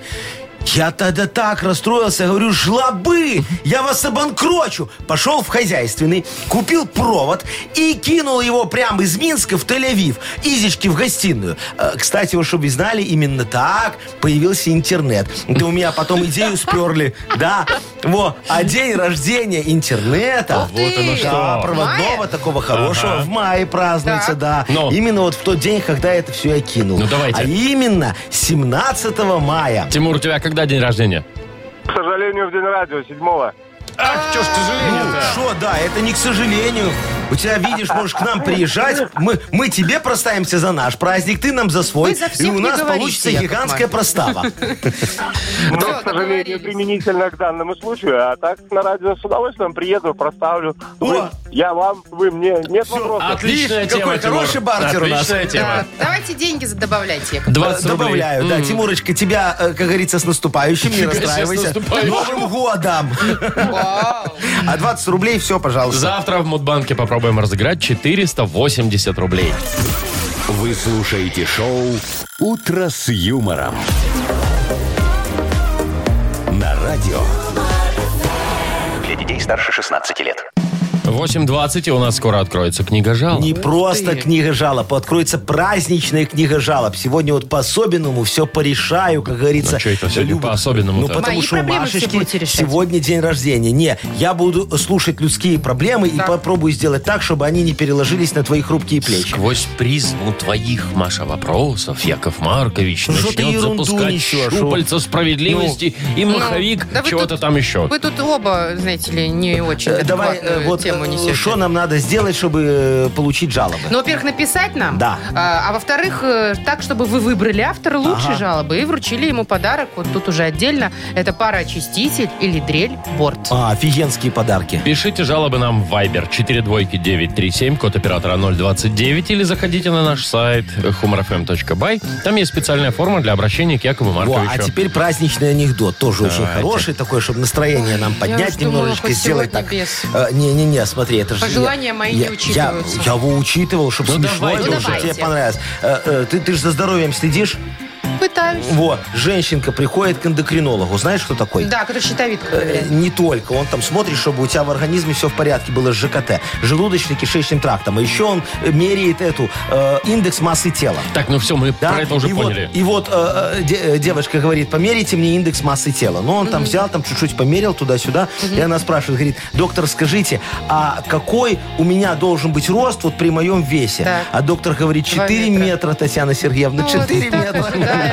[SPEAKER 4] Я тогда так расстроился, говорю, жлобы, я вас обанкрочу. Пошел в хозяйственный, купил провод и кинул его прямо из Минска в Тель-Авив, Изички в гостиную. Э, Кстати, вы чтобы знали, именно так появился интернет. Это у меня потом идею сперли, да. Во, а день рождения интернета...
[SPEAKER 3] Ух ты!
[SPEAKER 4] Да,
[SPEAKER 2] В
[SPEAKER 4] проводного
[SPEAKER 3] мае?
[SPEAKER 4] такого хорошего в мае празднуется, да.
[SPEAKER 2] Ну.
[SPEAKER 4] Именно вот в тот день, когда это все я кинул.
[SPEAKER 2] Ну, давайте.
[SPEAKER 4] А именно 17 мая.
[SPEAKER 2] Тимур, у тебя когда день рождения?
[SPEAKER 5] К сожалению, в день радио, седьмого.
[SPEAKER 2] Ах, что ж, к сожалению.
[SPEAKER 4] Ну, Что, да, это не к сожалению. У тебя, видишь, можешь к нам приезжать. Мы, мы тебе проставимся за наш праздник, ты нам за свой.
[SPEAKER 3] Вы за
[SPEAKER 4] и
[SPEAKER 3] всех
[SPEAKER 4] у
[SPEAKER 3] не
[SPEAKER 4] нас
[SPEAKER 3] говорите,
[SPEAKER 4] получится
[SPEAKER 3] Яков
[SPEAKER 4] гигантская простава.
[SPEAKER 3] Всё,
[SPEAKER 5] Но, к сожалению,
[SPEAKER 3] договорились.
[SPEAKER 5] применительно к данному случаю. А так на радио с удовольствием приеду, проставлю. Вы-
[SPEAKER 4] О!
[SPEAKER 5] я вам, вы мне. Нет вопросов.
[SPEAKER 2] Отличная
[SPEAKER 4] Видишь,
[SPEAKER 2] тема,
[SPEAKER 4] какой
[SPEAKER 2] Тимур.
[SPEAKER 4] хороший бартер у нас.
[SPEAKER 2] Отличная
[SPEAKER 3] Да,
[SPEAKER 2] тема.
[SPEAKER 3] Давайте деньги добавляйте, Яков.
[SPEAKER 2] 20 рублей.
[SPEAKER 4] Добавляю, да.
[SPEAKER 2] Мгм.
[SPEAKER 4] Тимурочка, тебя, э, как говорится, с наступающим, не
[SPEAKER 2] Фига себе, с
[SPEAKER 4] расстраивайся.
[SPEAKER 2] наступающим.
[SPEAKER 4] Новым годом!
[SPEAKER 3] Вау.
[SPEAKER 4] А 20 рублей, все, пожалуйста.
[SPEAKER 2] Завтра в Мудбанке попробуем разыграть 480 рублей.
[SPEAKER 1] Вы слушаете шоу «Утро с юмором». На радио.
[SPEAKER 7] Для детей старше 16 лет.
[SPEAKER 2] 8.20, и у нас скоро откроется книга жалоб.
[SPEAKER 4] Не просто книга жалоб, откроется праздничная книга жалоб. Сегодня вот по-особенному все порешаю, как говорится.
[SPEAKER 2] Ну, чё это сегодня
[SPEAKER 4] Люба,
[SPEAKER 2] по-особенному-то?
[SPEAKER 4] Ну, потому
[SPEAKER 3] Мои
[SPEAKER 4] что у
[SPEAKER 3] проблемы все будете
[SPEAKER 4] Машечки
[SPEAKER 3] решать.
[SPEAKER 4] сегодня день рождения. Не, я буду слушать людские проблемы и попробую сделать так, чтобы они не переложились на твои хрупкие плечи.
[SPEAKER 2] Сквозь призму твоих, Маша, вопросов Яков Маркович
[SPEAKER 4] Ну, что ты
[SPEAKER 2] начнет
[SPEAKER 4] ерунду Ну,
[SPEAKER 2] запускать
[SPEAKER 4] несешь,
[SPEAKER 2] щупальца справедливости и маховик
[SPEAKER 3] Ну, да вы
[SPEAKER 2] чего-то
[SPEAKER 3] тут-
[SPEAKER 2] там еще.
[SPEAKER 3] Вы тут оба, знаете ли, не очень
[SPEAKER 4] Э, Давай э,
[SPEAKER 3] адекватную
[SPEAKER 4] вот
[SPEAKER 3] тему несете.
[SPEAKER 4] что нам надо сделать, чтобы э, получить жалобы?
[SPEAKER 3] Ну, во-первых, написать нам.
[SPEAKER 4] Да.
[SPEAKER 3] А, а во-вторых, э, так, чтобы вы выбрали автора лучшей
[SPEAKER 4] Ага.
[SPEAKER 3] жалобы и вручили ему подарок. Вот тут уже отдельно. Это пароочиститель или дрель борт.
[SPEAKER 4] А, офигенские подарки.
[SPEAKER 2] Пишите жалобы нам в Viber 42937, код оператора 029, или заходите на наш сайт humorfm.by. Там есть специальная форма для обращения к Якову
[SPEAKER 4] Во,
[SPEAKER 2] Марковичу.
[SPEAKER 4] а теперь праздничный анекдот. Тоже очень хороший такой, чтобы настроение нам поднять
[SPEAKER 3] уж думала,
[SPEAKER 4] немножечко,
[SPEAKER 3] хоть
[SPEAKER 4] сделать
[SPEAKER 3] сегодня
[SPEAKER 4] так.
[SPEAKER 3] без.
[SPEAKER 4] Э, Не-не-не, смотри, это же... я-
[SPEAKER 3] Пожелания мои не
[SPEAKER 4] я-
[SPEAKER 3] учитываются.
[SPEAKER 4] Я, я его учитывал, чтобы
[SPEAKER 2] Ну,
[SPEAKER 4] смешно
[SPEAKER 2] давайте
[SPEAKER 4] было,
[SPEAKER 2] уже.
[SPEAKER 4] чтоб тебе
[SPEAKER 3] Давайте.
[SPEAKER 4] понравилось. Э, э, Ты, ты же за здоровьем следишь?
[SPEAKER 2] А.
[SPEAKER 3] Пытаюсь.
[SPEAKER 4] Во, женщинка приходит к эндокринологу. Знаешь, кто такой?
[SPEAKER 3] Да, который щитовидка
[SPEAKER 4] Э,
[SPEAKER 3] проверяет.
[SPEAKER 4] Не только. Он там смотрит, чтобы у тебя в организме все в порядке было с ЖКТ, желудочно-кишечным трактом. А еще он э, меряет эту э, индекс массы тела.
[SPEAKER 2] Так, ну все, мы
[SPEAKER 4] Да?
[SPEAKER 2] про это уже
[SPEAKER 4] и
[SPEAKER 2] поняли.
[SPEAKER 4] Вот, и вот э, э, де- э, девочка говорит, померите мне индекс массы тела. Ну, он там взял, там чуть-чуть померил туда-сюда. И она спрашивает, говорит, доктор, скажите, а какой у меня должен быть рост вот при моем весе?
[SPEAKER 3] Так.
[SPEAKER 4] А доктор говорит,
[SPEAKER 3] Два
[SPEAKER 4] 4
[SPEAKER 3] метра.
[SPEAKER 4] метра. Татьяна Сергеевна,
[SPEAKER 3] Ну, вот
[SPEAKER 4] 4
[SPEAKER 3] так
[SPEAKER 4] метра.
[SPEAKER 3] ожидаемо,
[SPEAKER 4] э,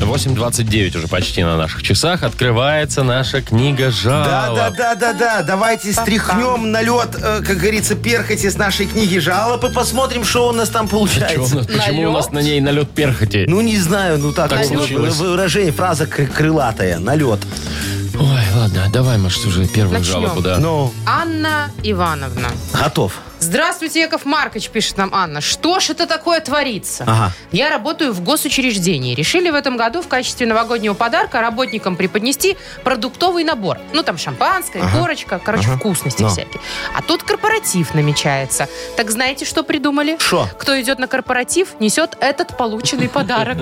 [SPEAKER 2] 8.29 уже почти на наших часах. Открывается наша книга
[SPEAKER 4] Да,
[SPEAKER 2] жалоб.
[SPEAKER 4] да, да, да, да. Давайте стряхнем налет, э, как говорится, перхоти с нашей книги жалоб и посмотрим, что у нас там
[SPEAKER 2] Чё у
[SPEAKER 4] получается.
[SPEAKER 2] нас- почему у нас
[SPEAKER 3] Налет?
[SPEAKER 2] на ней налет перхоти?
[SPEAKER 4] Ну, не знаю, ну так,
[SPEAKER 2] Так
[SPEAKER 4] вот,
[SPEAKER 2] случилось.
[SPEAKER 4] выражение, фраза кры- крылатая, налет.
[SPEAKER 2] Ой, ладно, давай, Маш, уже первую
[SPEAKER 3] Начнем.
[SPEAKER 2] жалобу, да.
[SPEAKER 4] Ну,
[SPEAKER 3] Анна Ивановна.
[SPEAKER 4] готов.
[SPEAKER 3] Здравствуйте, Яков Маркович, пишет нам Анна. Что ж это такое творится?
[SPEAKER 4] Ага.
[SPEAKER 3] Я работаю в госучреждении. Решили в этом году в качестве новогоднего подарка работникам преподнести продуктовый набор. Ну, там шампанское, корочка, короче, вкусности
[SPEAKER 4] Но.
[SPEAKER 3] всякие. А тут корпоратив намечается. Так знаете, что придумали?
[SPEAKER 4] Шо?
[SPEAKER 3] Кто идет на корпоратив, несет этот полученный подарок.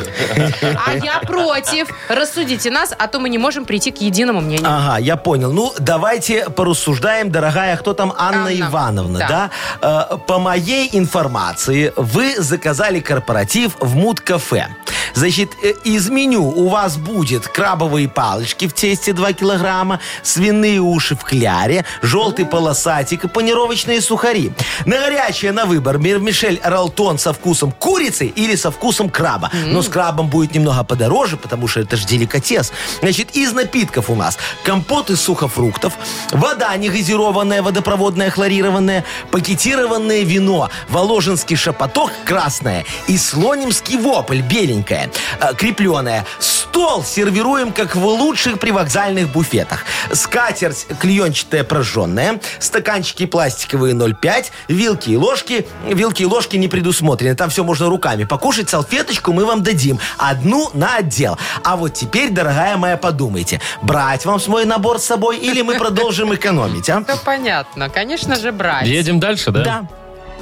[SPEAKER 3] А я против. Рассудите нас, а то мы не можем прийти к единому мнению.
[SPEAKER 4] Ага, я понял. Ну, давайте порассуждаем, дорогая, а кто там, Анна,
[SPEAKER 3] Анна.
[SPEAKER 4] Ивановна,
[SPEAKER 3] Да.
[SPEAKER 4] да? Э, по моей информации, вы заказали корпоратив в Муд-кафе. Значит, э, из меню у вас будет крабовые палочки в тесте 2 килограмма, свиные уши в кляре, желтый полосатик и панировочные сухари. На горячее на выбор мишель ралтон со вкусом курицы или со вкусом краба. Но с крабом будет немного подороже, потому что это же деликатес. Значит, из напитков у нас компот из сухофруктов, вода негазированная, водопроводная, хлорированная, пакетированное вино, воложенский шапоток красное и слонимский вопль беленькое, э, крепленое. Стол сервируем, как в лучших привокзальных буфетах. Скатерть клеенчатая прожженная, стаканчики пластиковые 0,5, вилки и ложки. Вилки и ложки не предусмотрены, там все можно руками. Покушать салфеточку мы вам дадим. Одну на отдел. А вот теперь, дорогая моя, подумайте, брать вам свой набор с собой или мы продолжим экономить, а?
[SPEAKER 3] Да понятно, конечно же, брать.
[SPEAKER 2] Ну, Едем дальше, да?
[SPEAKER 4] Да.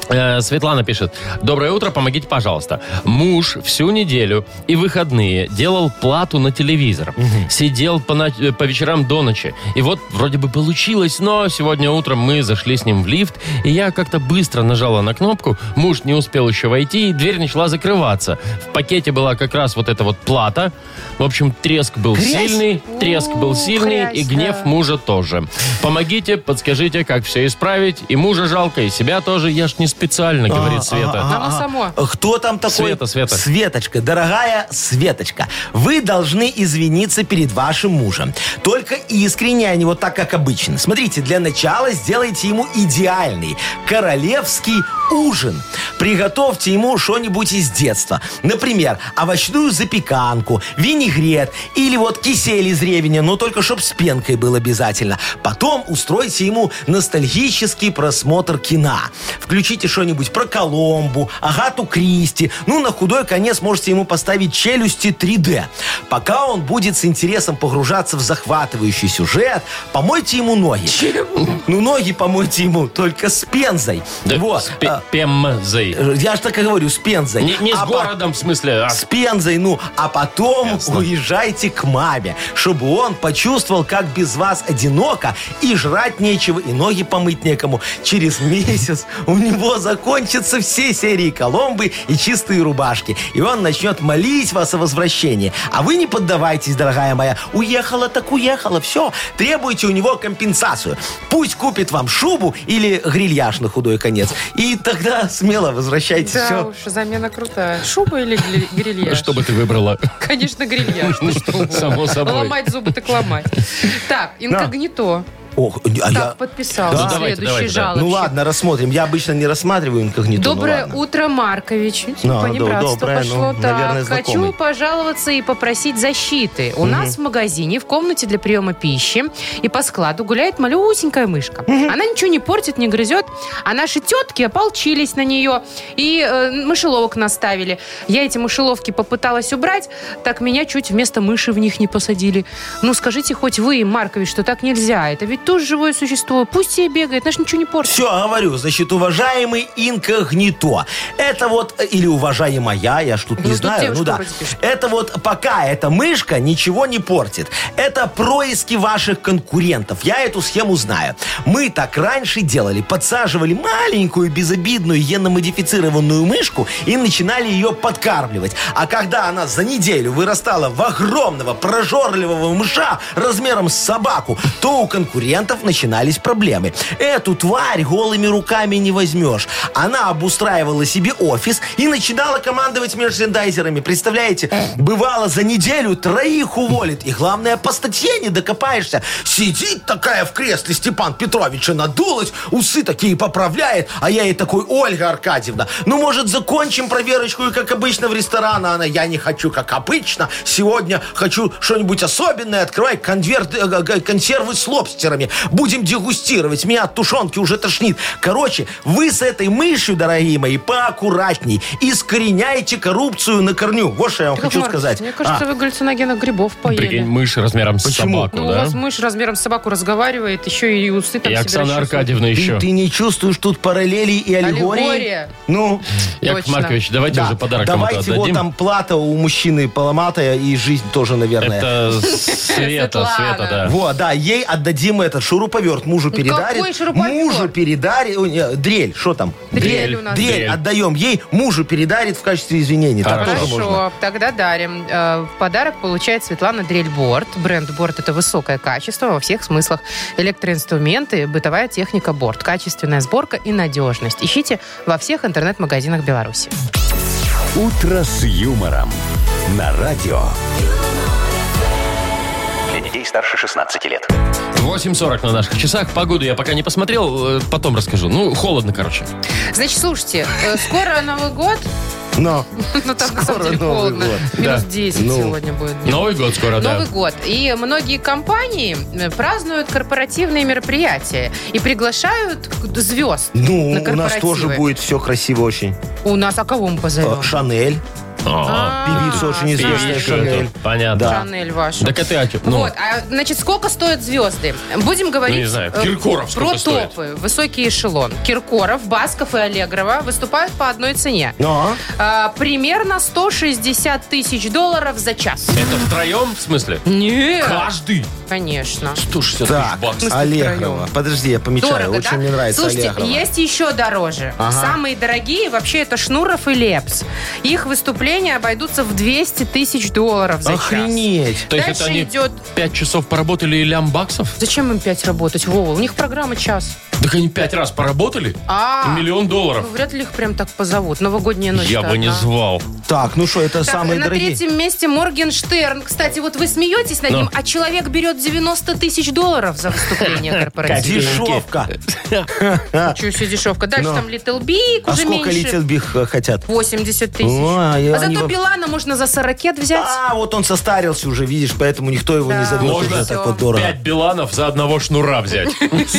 [SPEAKER 2] Э, Светлана пишет. Доброе утро, помогите, пожалуйста. Муж всю неделю и выходные делал плату на телевизор. Сидел по, на- э, по вечерам до ночи. И вот вроде бы получилось, но сегодня утром мы зашли с ним в лифт, и я как-то быстро нажала на кнопку. Муж не успел еще войти, и дверь начала закрываться. В пакете была как раз вот эта вот плата. В общем, треск был сильный, треск был
[SPEAKER 3] У,
[SPEAKER 2] сильный, и
[SPEAKER 3] грязь,
[SPEAKER 2] гнев
[SPEAKER 3] да.
[SPEAKER 2] мужа тоже. Помогите, подскажите, как все исправить. И мужа жалко, и себя тоже. Я ж не специально,
[SPEAKER 4] А,
[SPEAKER 2] говорит Света.
[SPEAKER 3] Оно само.
[SPEAKER 4] Кто там такой?
[SPEAKER 2] Света, Света.
[SPEAKER 4] Светочка, дорогая Светочка, вы должны извиниться перед вашим мужем. Только искренне, а не вот так, как обычно. Смотрите, для начала сделайте ему идеальный королевский ужин. Приготовьте ему что-нибудь из детства. Например, овощную запеканку, винегрет или вот кисель из ревеня, но только чтоб с пенкой был обязательно. Потом устройте ему ностальгический просмотр кино. Включите что-нибудь про Коломбу, Агату Кристи. Ну, на худой конец можете ему поставить челюсти 3D. Пока он будет с интересом погружаться в захватывающий сюжет, помойте ему ноги. Ну, ноги помойте ему только с пензой.
[SPEAKER 2] Да,
[SPEAKER 4] вот.
[SPEAKER 2] с пе-
[SPEAKER 4] А,
[SPEAKER 2] пемзой.
[SPEAKER 4] Я же так и говорю, с пензой.
[SPEAKER 2] Не, не с
[SPEAKER 4] А по-
[SPEAKER 2] городом, в смысле, а
[SPEAKER 4] с пензой, ну, а потом уезжайте к маме, чтобы он почувствовал, как без вас одиноко, и жрать нечего, и ноги помыть некому. Через месяц у него закончатся все серии Коломбы и чистые рубашки, и он начнет молить вас о возвращении. А вы не поддавайтесь, дорогая моя. Уехала так уехала, все. Требуйте у него компенсацию. Пусть купит вам шубу или грильяж на худой конец. И тогда смело возвращайтесь.
[SPEAKER 3] Да
[SPEAKER 4] Всё.
[SPEAKER 3] уж, замена крутая. Шуба или гри- грильяж?
[SPEAKER 2] что бы ты выбрала?
[SPEAKER 3] Конечно, грильяж. ты что вы.
[SPEAKER 2] Само собой.
[SPEAKER 3] Ломать зубы так ломать. Так, инкогнито.
[SPEAKER 4] Ох, а я-
[SPEAKER 3] Так, подписал.
[SPEAKER 2] Ну, давайте,
[SPEAKER 3] Следующий
[SPEAKER 2] давайте, да.
[SPEAKER 4] Ну
[SPEAKER 3] жалобщик.
[SPEAKER 4] ладно, рассмотрим. Я обычно не рассматриваю инкогнито. ну
[SPEAKER 3] Доброе
[SPEAKER 4] ладно.
[SPEAKER 3] утро, Маркович.
[SPEAKER 4] Ну,
[SPEAKER 3] По понебратству
[SPEAKER 4] да, доброе,
[SPEAKER 3] пошло.
[SPEAKER 4] ну,
[SPEAKER 3] так,
[SPEAKER 4] наверное,
[SPEAKER 3] хочу
[SPEAKER 4] знакомый.
[SPEAKER 3] пожаловаться и попросить защиты. У нас в магазине, в комнате для приема пищи и по складу гуляет малюсенькая мышка. Она ничего не портит, не грызет, а наши тетки ополчились на нее и э, мышеловок наставили. Я эти мышеловки попыталась убрать, так меня чуть вместо мыши в них не посадили. Ну, скажите хоть вы, Маркович, что так нельзя. Это ведь тоже живое существо. Пусть себе бегает, наш ничего не портит.
[SPEAKER 4] Все, говорю, значит, уважаемый инкогнито. Это вот, э, или уважаемая, я ж тут
[SPEAKER 3] Ну,
[SPEAKER 4] не
[SPEAKER 3] тут
[SPEAKER 4] знаю,
[SPEAKER 3] девушка
[SPEAKER 4] ну да.
[SPEAKER 3] вроде пишет.
[SPEAKER 4] Это вот пока эта мышка ничего не портит. Это происки ваших конкурентов. Я эту схему знаю. Мы так раньше делали. Подсаживали маленькую, безобидную, генно-модифицированную мышку и начинали ее подкармливать. А когда она за неделю вырастала в огромного, прожорливого мыша размером с собаку, то у конкурентов начинались проблемы. Эту тварь голыми руками не возьмешь. Она обустраивала себе офис и начинала командовать мерчендайзерами. Представляете? Бывало, за неделю троих уволит. И главное, по статье не докопаешься. Сидит такая в кресле Степан Петрович и надулась, усы такие поправляет, а я ей такой, Ольга Аркадьевна, ну, может, закончим проверочку, и как обычно в ресторан, а она, я не хочу, как обычно, сегодня хочу что-нибудь особенное, открывай конверт, э, г- г- консервы с лобстерами. мышами. Будем дегустировать. Меня от тушенки уже тошнит. Короче, вы с этой мышью, дорогие мои, поаккуратней. Искореняйте коррупцию на корню. Вот что я вам
[SPEAKER 3] Яков
[SPEAKER 4] А хочу
[SPEAKER 3] Маркович,
[SPEAKER 4] сказать.
[SPEAKER 3] Мне кажется,
[SPEAKER 4] А, Ну,
[SPEAKER 3] вы галлюциногенных грибов поели.
[SPEAKER 2] Прикинь, мышь размером с
[SPEAKER 4] Почему?
[SPEAKER 2] собаку,
[SPEAKER 3] ну, у
[SPEAKER 2] да?
[SPEAKER 3] вас мышь размером с собаку разговаривает, еще и усы там
[SPEAKER 2] И
[SPEAKER 3] себе
[SPEAKER 2] Оксана
[SPEAKER 3] расчесывает.
[SPEAKER 2] Аркадьевна еще.
[SPEAKER 4] ты, ты не чувствуешь тут параллелей и аллегории?
[SPEAKER 3] Аллегория.
[SPEAKER 4] Ну,
[SPEAKER 2] Яков
[SPEAKER 3] Точно.
[SPEAKER 2] Маркович, давайте
[SPEAKER 4] да.
[SPEAKER 2] уже подарок кому-то
[SPEAKER 4] Давайте, вот
[SPEAKER 2] отдадим.
[SPEAKER 4] там плата у мужчины поломатая и жизнь тоже, наверное.
[SPEAKER 2] Это Света,
[SPEAKER 3] Светлана.
[SPEAKER 2] Света, да.
[SPEAKER 4] Во, да, ей отдадим этот шуруповерт, мужу передарит.
[SPEAKER 3] какой шуруповерт?
[SPEAKER 4] Мужу передарит, ой, не, дрель, что там?
[SPEAKER 3] Дрель у нас.
[SPEAKER 4] Дрель
[SPEAKER 2] Дрель.
[SPEAKER 4] отдаем ей, мужу передарит в качестве извинений. Так
[SPEAKER 2] Хорошо.
[SPEAKER 4] тоже можно.
[SPEAKER 3] Хорошо, тогда дарим. Э, В подарок получает Светлана Дрельборд. Бренд Борт это высокое качество во всех смыслах. Электроинструменты, бытовая техника Борт, качественная сборка и надежность. Ищите во всех интернет-магазинах Беларуси.
[SPEAKER 1] «Утро с юмором» на радио.
[SPEAKER 7] Для детей старше 16 лет.
[SPEAKER 2] 8.40 на наших часах. Погоду я пока не посмотрел, э, потом расскажу. Ну, холодно, короче.
[SPEAKER 3] Значит, слушайте, э, скоро Новый год,
[SPEAKER 4] Но
[SPEAKER 3] но там на
[SPEAKER 4] Скоро
[SPEAKER 3] самом деле
[SPEAKER 4] Новый
[SPEAKER 3] холодно.
[SPEAKER 4] год.
[SPEAKER 3] Минус
[SPEAKER 2] Да.
[SPEAKER 3] 10
[SPEAKER 4] Ну.
[SPEAKER 3] сегодня будет.
[SPEAKER 2] Новый год скоро, Ну да.
[SPEAKER 3] Новый год. И многие компании э, празднуют корпоративные мероприятия и приглашают звезд
[SPEAKER 4] ну,
[SPEAKER 3] на
[SPEAKER 4] у нас
[SPEAKER 3] корпоративы.
[SPEAKER 4] тоже будет все красиво очень.
[SPEAKER 3] У нас, а кого мы позовем?
[SPEAKER 4] Э, Шанель,
[SPEAKER 2] А,
[SPEAKER 4] певица
[SPEAKER 3] А,
[SPEAKER 4] очень известная
[SPEAKER 2] певичка
[SPEAKER 4] Шанель.
[SPEAKER 2] это, Понятно.
[SPEAKER 4] Да.
[SPEAKER 3] Шанель вашу.
[SPEAKER 2] Так это я чё- ну.
[SPEAKER 3] Вот, а, значит, сколько стоят звезды? Будем говорить
[SPEAKER 2] не знаю,
[SPEAKER 3] э,
[SPEAKER 2] Киркоров
[SPEAKER 3] про
[SPEAKER 2] сколько стоит?
[SPEAKER 3] топы, высокий эшелон. Киркоров, Басков и Аллегрова выступают по одной цене.
[SPEAKER 4] Но,
[SPEAKER 3] А, примерно 160 тысяч долларов за час.
[SPEAKER 2] Это втроем, в смысле?
[SPEAKER 3] Нет,
[SPEAKER 2] Каждый.
[SPEAKER 3] конечно.
[SPEAKER 2] 160
[SPEAKER 4] так,
[SPEAKER 2] тысяч баксов.
[SPEAKER 4] Аллегрова. Подожди, я помечаю,
[SPEAKER 3] Дорого,
[SPEAKER 4] очень
[SPEAKER 3] да?
[SPEAKER 4] мне нравится
[SPEAKER 3] Слушайте,
[SPEAKER 4] Аллегрова.
[SPEAKER 3] есть еще дороже.
[SPEAKER 4] Ага.
[SPEAKER 3] Самые дорогие вообще это Шнуров и Лепс. Их выступления обойдутся в 200 тысяч долларов за час.
[SPEAKER 4] Охренеть.
[SPEAKER 2] То есть это
[SPEAKER 3] Дальше
[SPEAKER 2] они
[SPEAKER 3] идет
[SPEAKER 2] 5 часов поработали и лям баксов?
[SPEAKER 3] Зачем им пять работать, Вова? У них программа час.
[SPEAKER 2] Так они 5 раз поработали?
[SPEAKER 3] А,
[SPEAKER 2] Миллион долларов.
[SPEAKER 3] ну, вряд ли их прям так позовут. Новогодняя ночь.
[SPEAKER 2] Я бы не звал.
[SPEAKER 4] Так, ну что, это
[SPEAKER 3] Так,
[SPEAKER 4] самые
[SPEAKER 3] на
[SPEAKER 4] дорогие.
[SPEAKER 3] третьем месте Моргенштерн. Кстати, вот вы смеетесь над
[SPEAKER 2] Ну.
[SPEAKER 3] ним, а человек берет 90 тысяч долларов за выступление корпоративное.
[SPEAKER 4] Дешевка.
[SPEAKER 3] Ничего себе дешевка. Дальше
[SPEAKER 4] Ну.
[SPEAKER 3] там Литл Биг
[SPEAKER 4] А
[SPEAKER 3] уже
[SPEAKER 4] сколько
[SPEAKER 3] меньше.
[SPEAKER 4] летит бих э, хотят?
[SPEAKER 3] 80 тысяч.
[SPEAKER 4] О, и
[SPEAKER 3] А
[SPEAKER 4] они
[SPEAKER 3] зато
[SPEAKER 4] во-
[SPEAKER 3] Билана можно за 40 взять.
[SPEAKER 4] А, вот он состарился уже, видишь, поэтому никто его
[SPEAKER 3] Да.
[SPEAKER 4] не зовет
[SPEAKER 2] Можно?
[SPEAKER 4] уже так
[SPEAKER 3] Всё.
[SPEAKER 4] вот дорого.
[SPEAKER 2] Пять биланов за одного шнура взять.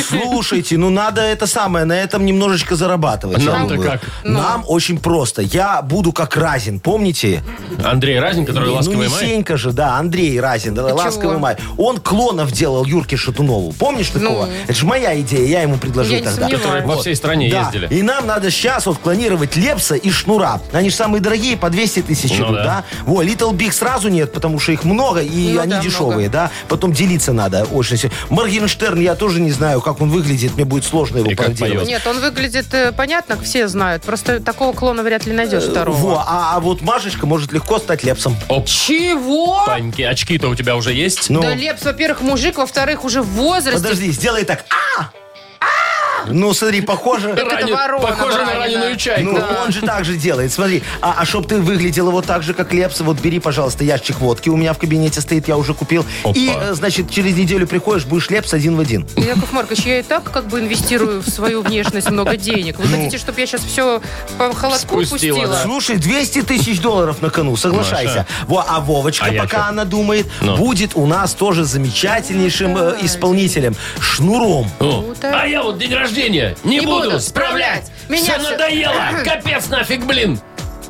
[SPEAKER 4] Слушайте, ну надо это самое, на этом немножечко зарабатывать. я
[SPEAKER 2] Нам-то
[SPEAKER 4] думаю.
[SPEAKER 2] как?
[SPEAKER 3] Ну.
[SPEAKER 4] Нам очень просто. Я буду как Разин, помните?
[SPEAKER 2] Андрей Разин, который
[SPEAKER 4] Ну,
[SPEAKER 2] ласковый
[SPEAKER 4] не
[SPEAKER 2] май.
[SPEAKER 4] Сенька же, да, Андрей Разин, да, ласковый
[SPEAKER 3] чего?
[SPEAKER 4] май. Он клонов делал Юрке Шатунову. Помнишь такого? Это же моя идея, я ему предложил
[SPEAKER 3] Ну. Я не
[SPEAKER 4] тогда.
[SPEAKER 3] сомневаюсь.
[SPEAKER 2] Во всей стране
[SPEAKER 4] Да,
[SPEAKER 2] ездили.
[SPEAKER 4] и нам надо сейчас вот клонировать Лепса и Шнура. Они же самые дорогие, по 200 тысяч
[SPEAKER 2] Ну
[SPEAKER 4] идут,
[SPEAKER 2] да.
[SPEAKER 4] да. Во, Little Big сразу нет, потому что их много, и
[SPEAKER 3] Ну
[SPEAKER 4] они
[SPEAKER 3] да,
[SPEAKER 4] дешевые, да. Потом делиться надо очень сильно. Моргенштерн, я тоже не знаю, как он выглядит, мне будет сложно его
[SPEAKER 2] И как
[SPEAKER 4] пародировать.
[SPEAKER 3] Нет, он выглядит э, понятно, все знают. Просто такого клона вряд ли найдешь второго.
[SPEAKER 4] Во, а, а вот Машечка может легко стать Лепсом.
[SPEAKER 2] Оп,
[SPEAKER 3] Чего?
[SPEAKER 2] Паньки, очки-то у тебя уже есть?
[SPEAKER 4] Ну,
[SPEAKER 3] Да Лепс, во-первых, мужик, во-вторых, уже в возрасте.
[SPEAKER 4] подожди, сделай так. А! А! Ну, смотри, похоже.
[SPEAKER 3] это
[SPEAKER 2] Ранен-
[SPEAKER 3] ворона
[SPEAKER 2] Похоже на
[SPEAKER 3] ранена.
[SPEAKER 2] раненую чайку.
[SPEAKER 4] Ну, он же так же делает. Смотри, а, а чтоб ты выглядела вот так же, как Лепс, вот бери, пожалуйста, ящик водки у меня в кабинете стоит, я уже купил.
[SPEAKER 2] Опа.
[SPEAKER 4] И, э, значит, через неделю приходишь, будешь Лепс один в один.
[SPEAKER 3] Ну, Яков Маркович, я и так как бы инвестирую в свою внешность много денег.
[SPEAKER 4] Ну.
[SPEAKER 3] Вы хотите, чтобы я сейчас все по холодку
[SPEAKER 2] Спустила,
[SPEAKER 3] пустила?
[SPEAKER 2] да.
[SPEAKER 4] Слушай, 200 тысяч долларов на кону, соглашайся. Во, а Вовочка,
[SPEAKER 2] А я чё?
[SPEAKER 4] пока она думает,
[SPEAKER 2] Ну.
[SPEAKER 4] будет у нас тоже замечательнейшим э, исполнителем. Шнуром.
[SPEAKER 2] Ну,
[SPEAKER 3] так.
[SPEAKER 2] А я вот день рождения не,
[SPEAKER 3] Не
[SPEAKER 2] буду
[SPEAKER 3] буду
[SPEAKER 2] справлять.
[SPEAKER 3] справлять.
[SPEAKER 2] Меня
[SPEAKER 3] Меня
[SPEAKER 2] все
[SPEAKER 3] всё-
[SPEAKER 2] надоело. Капец нафиг, блин.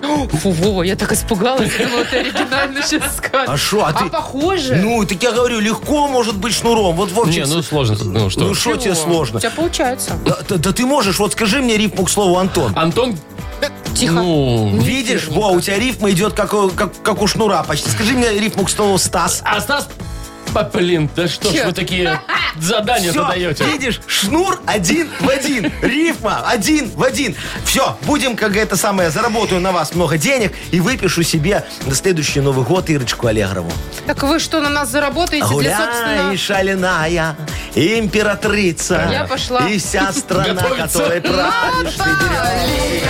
[SPEAKER 3] Фу, Вова, я так испугалась, думала, ты оригинально сейчас скажешь.
[SPEAKER 4] А шо, а ты-
[SPEAKER 3] похоже?
[SPEAKER 4] Ну, так я говорю, легко может быть шнуром. Вот
[SPEAKER 2] Не,
[SPEAKER 4] Вовчик,
[SPEAKER 2] ну сложно. Ну что?
[SPEAKER 4] ну что тебе сложно? Ну.
[SPEAKER 3] У тебя получается.
[SPEAKER 4] Да, да- да ты можешь, вот скажи мне рифму к слову Антон.
[SPEAKER 2] Антон,
[SPEAKER 3] Тихо.
[SPEAKER 2] А, ну...
[SPEAKER 4] Видишь, во, у тебя рифма идет как, у- как, как у шнура почти. Скажи мне рифму к слову Стас.
[SPEAKER 2] А Стас... Па- Блин, да что ж
[SPEAKER 3] Чё?
[SPEAKER 2] вы такие задания
[SPEAKER 4] Всё,
[SPEAKER 2] задаете?
[SPEAKER 4] видишь, шнур один в один, рифма один в один. Все, будем, как это самое, заработаю на вас много денег и выпишу себе на следующий Новый год Ирочку Аллегрову.
[SPEAKER 3] Так вы что, на нас заработаете для
[SPEAKER 4] Гуляй,
[SPEAKER 3] собственного...
[SPEAKER 4] шаляная, императрица.
[SPEAKER 3] Я пошла. Ну, а
[SPEAKER 4] И вся страна,
[SPEAKER 2] Готовится.
[SPEAKER 4] которой правишь ты,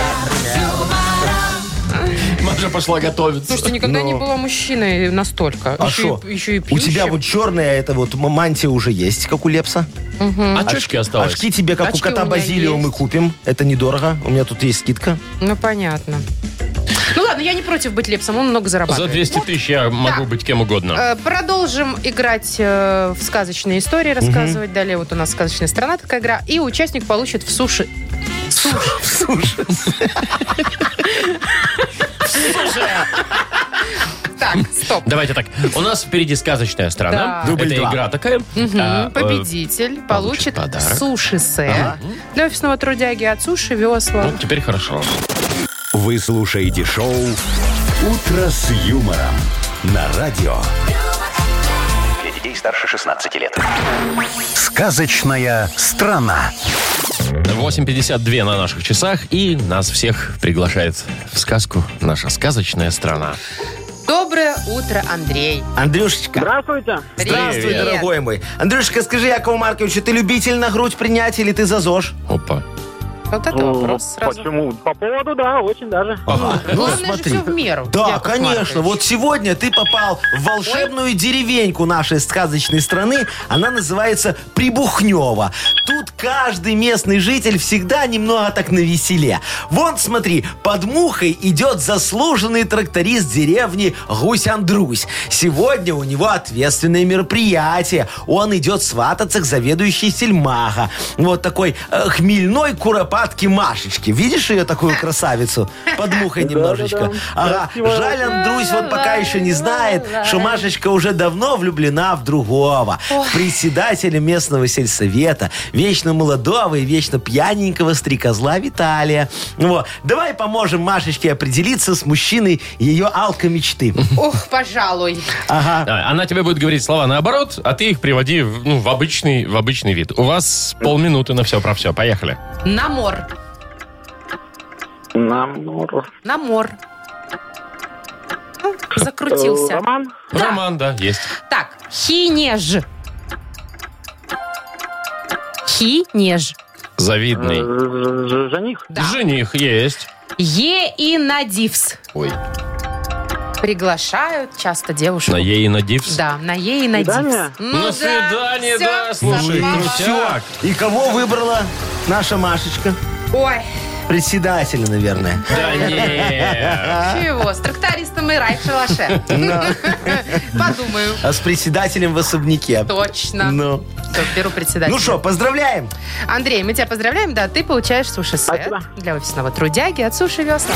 [SPEAKER 2] Маша пошла готовиться.
[SPEAKER 3] Слушайте, никогда не была мужчиной настолько.
[SPEAKER 4] А
[SPEAKER 3] еще,
[SPEAKER 4] шо?
[SPEAKER 3] И, еще и
[SPEAKER 4] У
[SPEAKER 3] пьющим.
[SPEAKER 4] тебя вот черная эта вот м- мантия уже есть, как у Лепса.
[SPEAKER 2] А чешки осталось.
[SPEAKER 4] Очки тебе, как
[SPEAKER 3] Очки
[SPEAKER 4] у кота
[SPEAKER 3] у меня
[SPEAKER 4] Базилио,
[SPEAKER 3] есть.
[SPEAKER 4] мы купим. Это недорого. У меня тут есть скидка.
[SPEAKER 3] Ну, понятно. Ну ладно, я не против быть лепсом, он много зарабатывает.
[SPEAKER 2] За 200 тысяч я могу
[SPEAKER 3] да.
[SPEAKER 2] быть кем угодно.
[SPEAKER 3] Э, Продолжим играть э, в сказочные истории, рассказывать. Далее вот у нас сказочная страна такая игра. И участник получит в суши... Так, стоп.
[SPEAKER 2] Давайте так. У нас впереди сказочная страна.
[SPEAKER 3] Да.
[SPEAKER 4] Дубль
[SPEAKER 2] Это
[SPEAKER 4] два.
[SPEAKER 2] игра такая.
[SPEAKER 3] Мгм.
[SPEAKER 2] А, э,
[SPEAKER 3] Победитель получит,
[SPEAKER 2] подарок.
[SPEAKER 3] суши-сэ для офисного трудяги от суши весла.
[SPEAKER 2] Ну, теперь хорошо.
[SPEAKER 1] Вы слушаете шоу «Утро с юмором» на радио.
[SPEAKER 7] Для детей старше 16 лет.
[SPEAKER 1] Сказочная страна.
[SPEAKER 2] 8.52 на наших часах, и нас всех приглашает в сказку наша сказочная страна.
[SPEAKER 3] Доброе утро, Андрей.
[SPEAKER 4] Андрюшечка.
[SPEAKER 6] Здравствуйте.
[SPEAKER 4] Здравствуй,
[SPEAKER 3] Привет.
[SPEAKER 4] дорогой мой. Андрюшечка, скажи, Якову Марковичу, ты любитель на грудь принять или ты за ЗОЖ?
[SPEAKER 2] Опа.
[SPEAKER 3] Вот это вопрос сразу.
[SPEAKER 6] Почему? По поводу, да, очень даже.
[SPEAKER 3] Главное же все в меру.
[SPEAKER 4] Ну, Да,
[SPEAKER 3] Яков
[SPEAKER 4] конечно.
[SPEAKER 3] Маркович.
[SPEAKER 4] Вот сегодня ты попал в волшебную деревеньку нашей сказочной страны. Она называется Прибухнева. Тут каждый местный житель всегда немного так навеселе. Вон, смотри, под мухой идет заслуженный тракторист деревни Гусь Андрусь. Сегодня у него ответственное мероприятие. Он идет свататься к заведующей сельмага. Вот такой э, хмельной куропатки Машечки. Видишь ее такую красавицу? Под мухой немножечко. Ага,
[SPEAKER 6] Красиво.
[SPEAKER 4] жаль, Андрюсь вот пока еще не знает, что Машечка уже давно влюблена в другого. В председателя местного сельсовета, вечно молодого и вечно пьяненького стрекозла Виталия. Вот. Давай поможем Машечке определиться с мужчиной ее алка мечты.
[SPEAKER 3] Ох, пожалуй.
[SPEAKER 4] Ага.
[SPEAKER 2] Давай, Она тебе будет говорить слова наоборот, а ты их приводи в, ну, в, обычный, в обычный вид. У вас полминуты на все про все. Поехали.
[SPEAKER 3] Намор.
[SPEAKER 6] Нам
[SPEAKER 3] Намор. Ну, Закрутился.
[SPEAKER 6] Роман.
[SPEAKER 2] Роман, да, есть.
[SPEAKER 3] Так, хинеж. Хинеж.
[SPEAKER 6] Ж-
[SPEAKER 2] Завидный.
[SPEAKER 6] ж- ж- Жених.
[SPEAKER 3] Э, Да.
[SPEAKER 2] Жених есть.
[SPEAKER 3] Е и надивс.
[SPEAKER 2] Ой.
[SPEAKER 3] Приглашают часто девушек.
[SPEAKER 2] На ей и на дивс.
[SPEAKER 3] Да, на е и надивс.
[SPEAKER 6] Свидание?
[SPEAKER 3] Ну
[SPEAKER 2] На
[SPEAKER 3] да,
[SPEAKER 2] свидание,
[SPEAKER 3] всё,
[SPEAKER 2] да, слушай,
[SPEAKER 3] совпало.
[SPEAKER 2] крутяк.
[SPEAKER 4] И кого выбрала наша Машечка?
[SPEAKER 3] Ой,
[SPEAKER 4] Председателя, наверное.
[SPEAKER 2] Да не.
[SPEAKER 3] чего, с трактористом и рай в шалаше. Подумаю.
[SPEAKER 4] А с председателем в особняке.
[SPEAKER 3] Точно.
[SPEAKER 4] Ну.
[SPEAKER 3] Всё, беру председателя.
[SPEAKER 4] Ну что, поздравляем!
[SPEAKER 3] Андрей, мы тебя поздравляем, да, ты получаешь суши-сет
[SPEAKER 6] Спасибо.
[SPEAKER 3] для офисного трудяги от Суши Весла.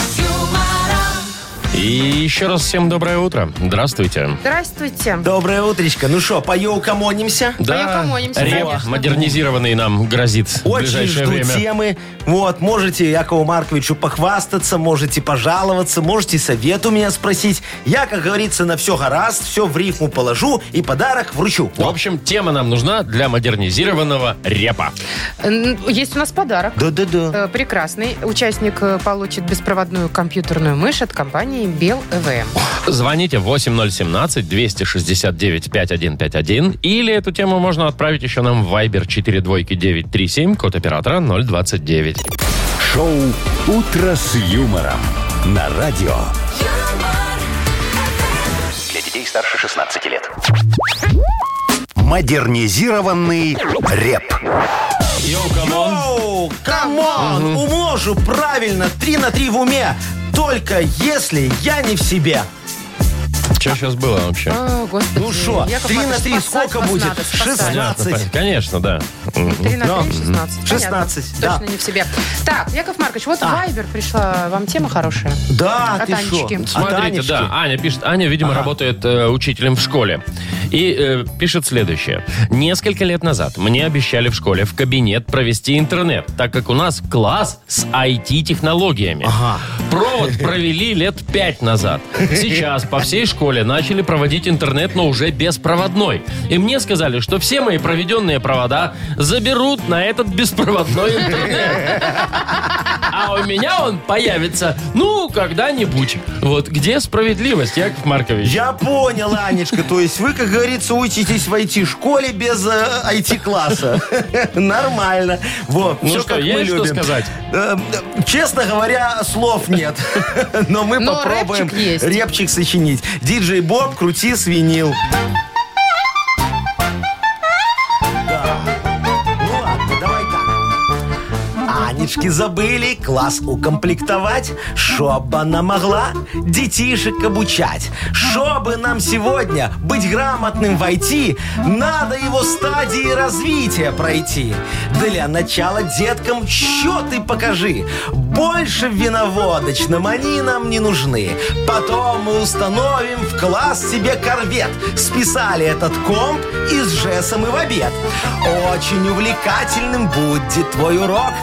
[SPEAKER 2] И еще раз всем доброе утро. Здравствуйте.
[SPEAKER 3] Здравствуйте.
[SPEAKER 4] Доброе утречко. Ну что, поеукомонимся?
[SPEAKER 3] Поёкомонимся,
[SPEAKER 2] рэп
[SPEAKER 3] конечно.
[SPEAKER 2] модернизированный нам грозит в
[SPEAKER 4] Очень
[SPEAKER 2] ближайшее
[SPEAKER 4] жду
[SPEAKER 2] время.
[SPEAKER 4] темы. Вот, можете Якову Марковичу похвастаться, можете пожаловаться, можете совет у меня спросить. Я, как говорится, на все гораст, все в рифму положу и подарок вручу.
[SPEAKER 2] В общем, тема нам нужна для модернизированного репа.
[SPEAKER 3] М, Есть у нас подарок.
[SPEAKER 4] Да-да-да.
[SPEAKER 3] Э, Прекрасный. Участник э, получит беспроводную компьютерную мышь от компании Бел ЭВМ.
[SPEAKER 2] Звоните 8017-269-5151 или эту тему можно отправить еще нам в Viber 42937, код оператора 029.
[SPEAKER 1] Шоу «Утро с юмором» на радио.
[SPEAKER 7] Для детей старше 16 лет.
[SPEAKER 1] Модернизированный реп.
[SPEAKER 2] Йоу, камон!
[SPEAKER 4] Оу, камон! Уможу правильно, три на три в уме. Только если я не в себе.
[SPEAKER 2] Что сейчас было вообще?
[SPEAKER 3] О, господи.
[SPEAKER 4] Ну что,
[SPEAKER 3] Яков
[SPEAKER 4] три на
[SPEAKER 3] Маркович,
[SPEAKER 4] три
[SPEAKER 3] спасать
[SPEAKER 4] сколько
[SPEAKER 3] вас
[SPEAKER 4] будет?
[SPEAKER 3] надо, спасать.
[SPEAKER 4] 16.
[SPEAKER 2] Понятно, понятно. Конечно, да. Мгм.
[SPEAKER 3] 3 на 3,
[SPEAKER 4] Да.
[SPEAKER 3] 16.
[SPEAKER 4] 16,
[SPEAKER 3] Понятно.
[SPEAKER 4] да.
[SPEAKER 3] Точно не в себе. Так, Яков Маркович, вот в
[SPEAKER 4] А.
[SPEAKER 3] Вайбер пришла вам тема хорошая.
[SPEAKER 4] Да,
[SPEAKER 3] От
[SPEAKER 4] ты шо?
[SPEAKER 3] Анечки.
[SPEAKER 4] От
[SPEAKER 2] Смотрите,
[SPEAKER 4] Анечки.
[SPEAKER 2] да, Аня пишет. Аня, видимо, работает э, учителем в школе. И э, пишет следующее. Несколько лет назад мне обещали в школе в кабинет провести интернет, так как у нас класс с IT-технологиями.
[SPEAKER 4] Ага.
[SPEAKER 2] Провод провели лет пять назад. Сейчас по всей школе начали проводить интернет, но уже беспроводной. И мне сказали, что все мои проведенные провода заберут на этот беспроводной интернет. А у меня он появится, ну, когда-нибудь. Вот где справедливость, Яков Маркович?
[SPEAKER 4] Я понял, Анечка. То есть вы, как говорится, учитесь в IT-школе без э, IT-класса. Нормально. Вот,
[SPEAKER 2] Ну
[SPEAKER 4] всё,
[SPEAKER 2] что,
[SPEAKER 4] как мы
[SPEAKER 2] есть что
[SPEAKER 4] любим.
[SPEAKER 2] сказать?
[SPEAKER 4] Э, э, Честно говоря, слов нет. Но мы
[SPEAKER 3] Но
[SPEAKER 4] попробуем
[SPEAKER 3] рэпчик есть.
[SPEAKER 4] репчик сочинить. Диджей Боб, крути свинил. Да. Ну ладно, давай так. А Анечки забыли класс укомплектовать, чтобы она могла детишек обучать. Чтобы нам сегодня быть грамотным в IT, надо его стадии развития пройти. Для начала деткам счеты покажи. Больше в виноводочном они нам не нужны. Потом мы установим в класс себе корвет. Списали этот комп и с Жесом и в обед. Очень увлекательным будет твой урок.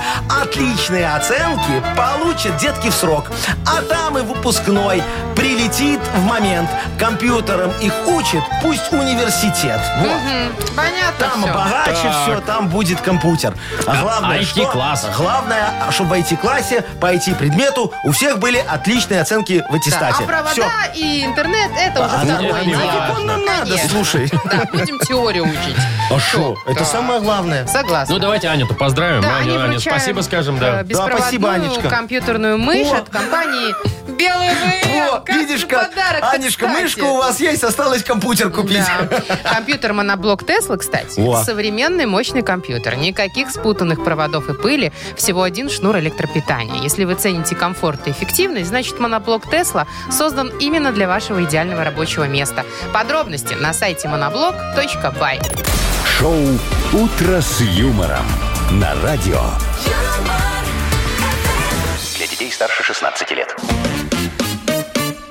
[SPEAKER 4] Отличные оценки получат детки в срок. А там и выпускной прилетит в момент. Компьютером их учит, пусть университет. Вот.
[SPEAKER 3] Мгм, Понятно
[SPEAKER 4] Там
[SPEAKER 3] все.
[SPEAKER 4] богаче все, там будет компьютер. А главное, что-
[SPEAKER 2] IT-класс.
[SPEAKER 4] главное, а, чтобы в IT-классе по IT-предмету у всех были отличные оценки в
[SPEAKER 3] Да,
[SPEAKER 4] аттестате.
[SPEAKER 3] а провода
[SPEAKER 4] Всё.
[SPEAKER 3] и интернет это уже
[SPEAKER 4] А
[SPEAKER 3] второе
[SPEAKER 2] нам не
[SPEAKER 3] дело.
[SPEAKER 2] важно.
[SPEAKER 4] Нафиг он нам надо,
[SPEAKER 3] Конечно.
[SPEAKER 4] слушай.
[SPEAKER 3] Да, будем теорию учить.
[SPEAKER 4] А что? Это самое главное.
[SPEAKER 3] Согласна.
[SPEAKER 2] Ну, давайте Аню-то поздравим.
[SPEAKER 3] Да, они
[SPEAKER 2] Аня, Аня,
[SPEAKER 3] вручаем,
[SPEAKER 2] спасибо скажем,
[SPEAKER 3] э,
[SPEAKER 2] да.
[SPEAKER 3] беспроводную
[SPEAKER 4] Да, спасибо, Анечка.
[SPEAKER 3] компьютерную мышь
[SPEAKER 4] О.
[SPEAKER 3] от компании «Белый вариант».
[SPEAKER 4] О, видишь как?
[SPEAKER 3] подарок
[SPEAKER 4] Анечка, мышка у вас есть, осталось компьютер купить.
[SPEAKER 3] Компьютер моноблок Тесла, кстати,
[SPEAKER 4] О.
[SPEAKER 3] современный мощный компьютер. Никаких спутанных проводов и пыли, всего один шнур электропитания. Если вы цените комфорт и эффективность, значит моноблок Тесла создан именно для вашего идеального рабочего места. Подробности на сайте monoblock.by.
[SPEAKER 1] Шоу «Утро с юмором» на радио.
[SPEAKER 7] Для детей старше 16 лет.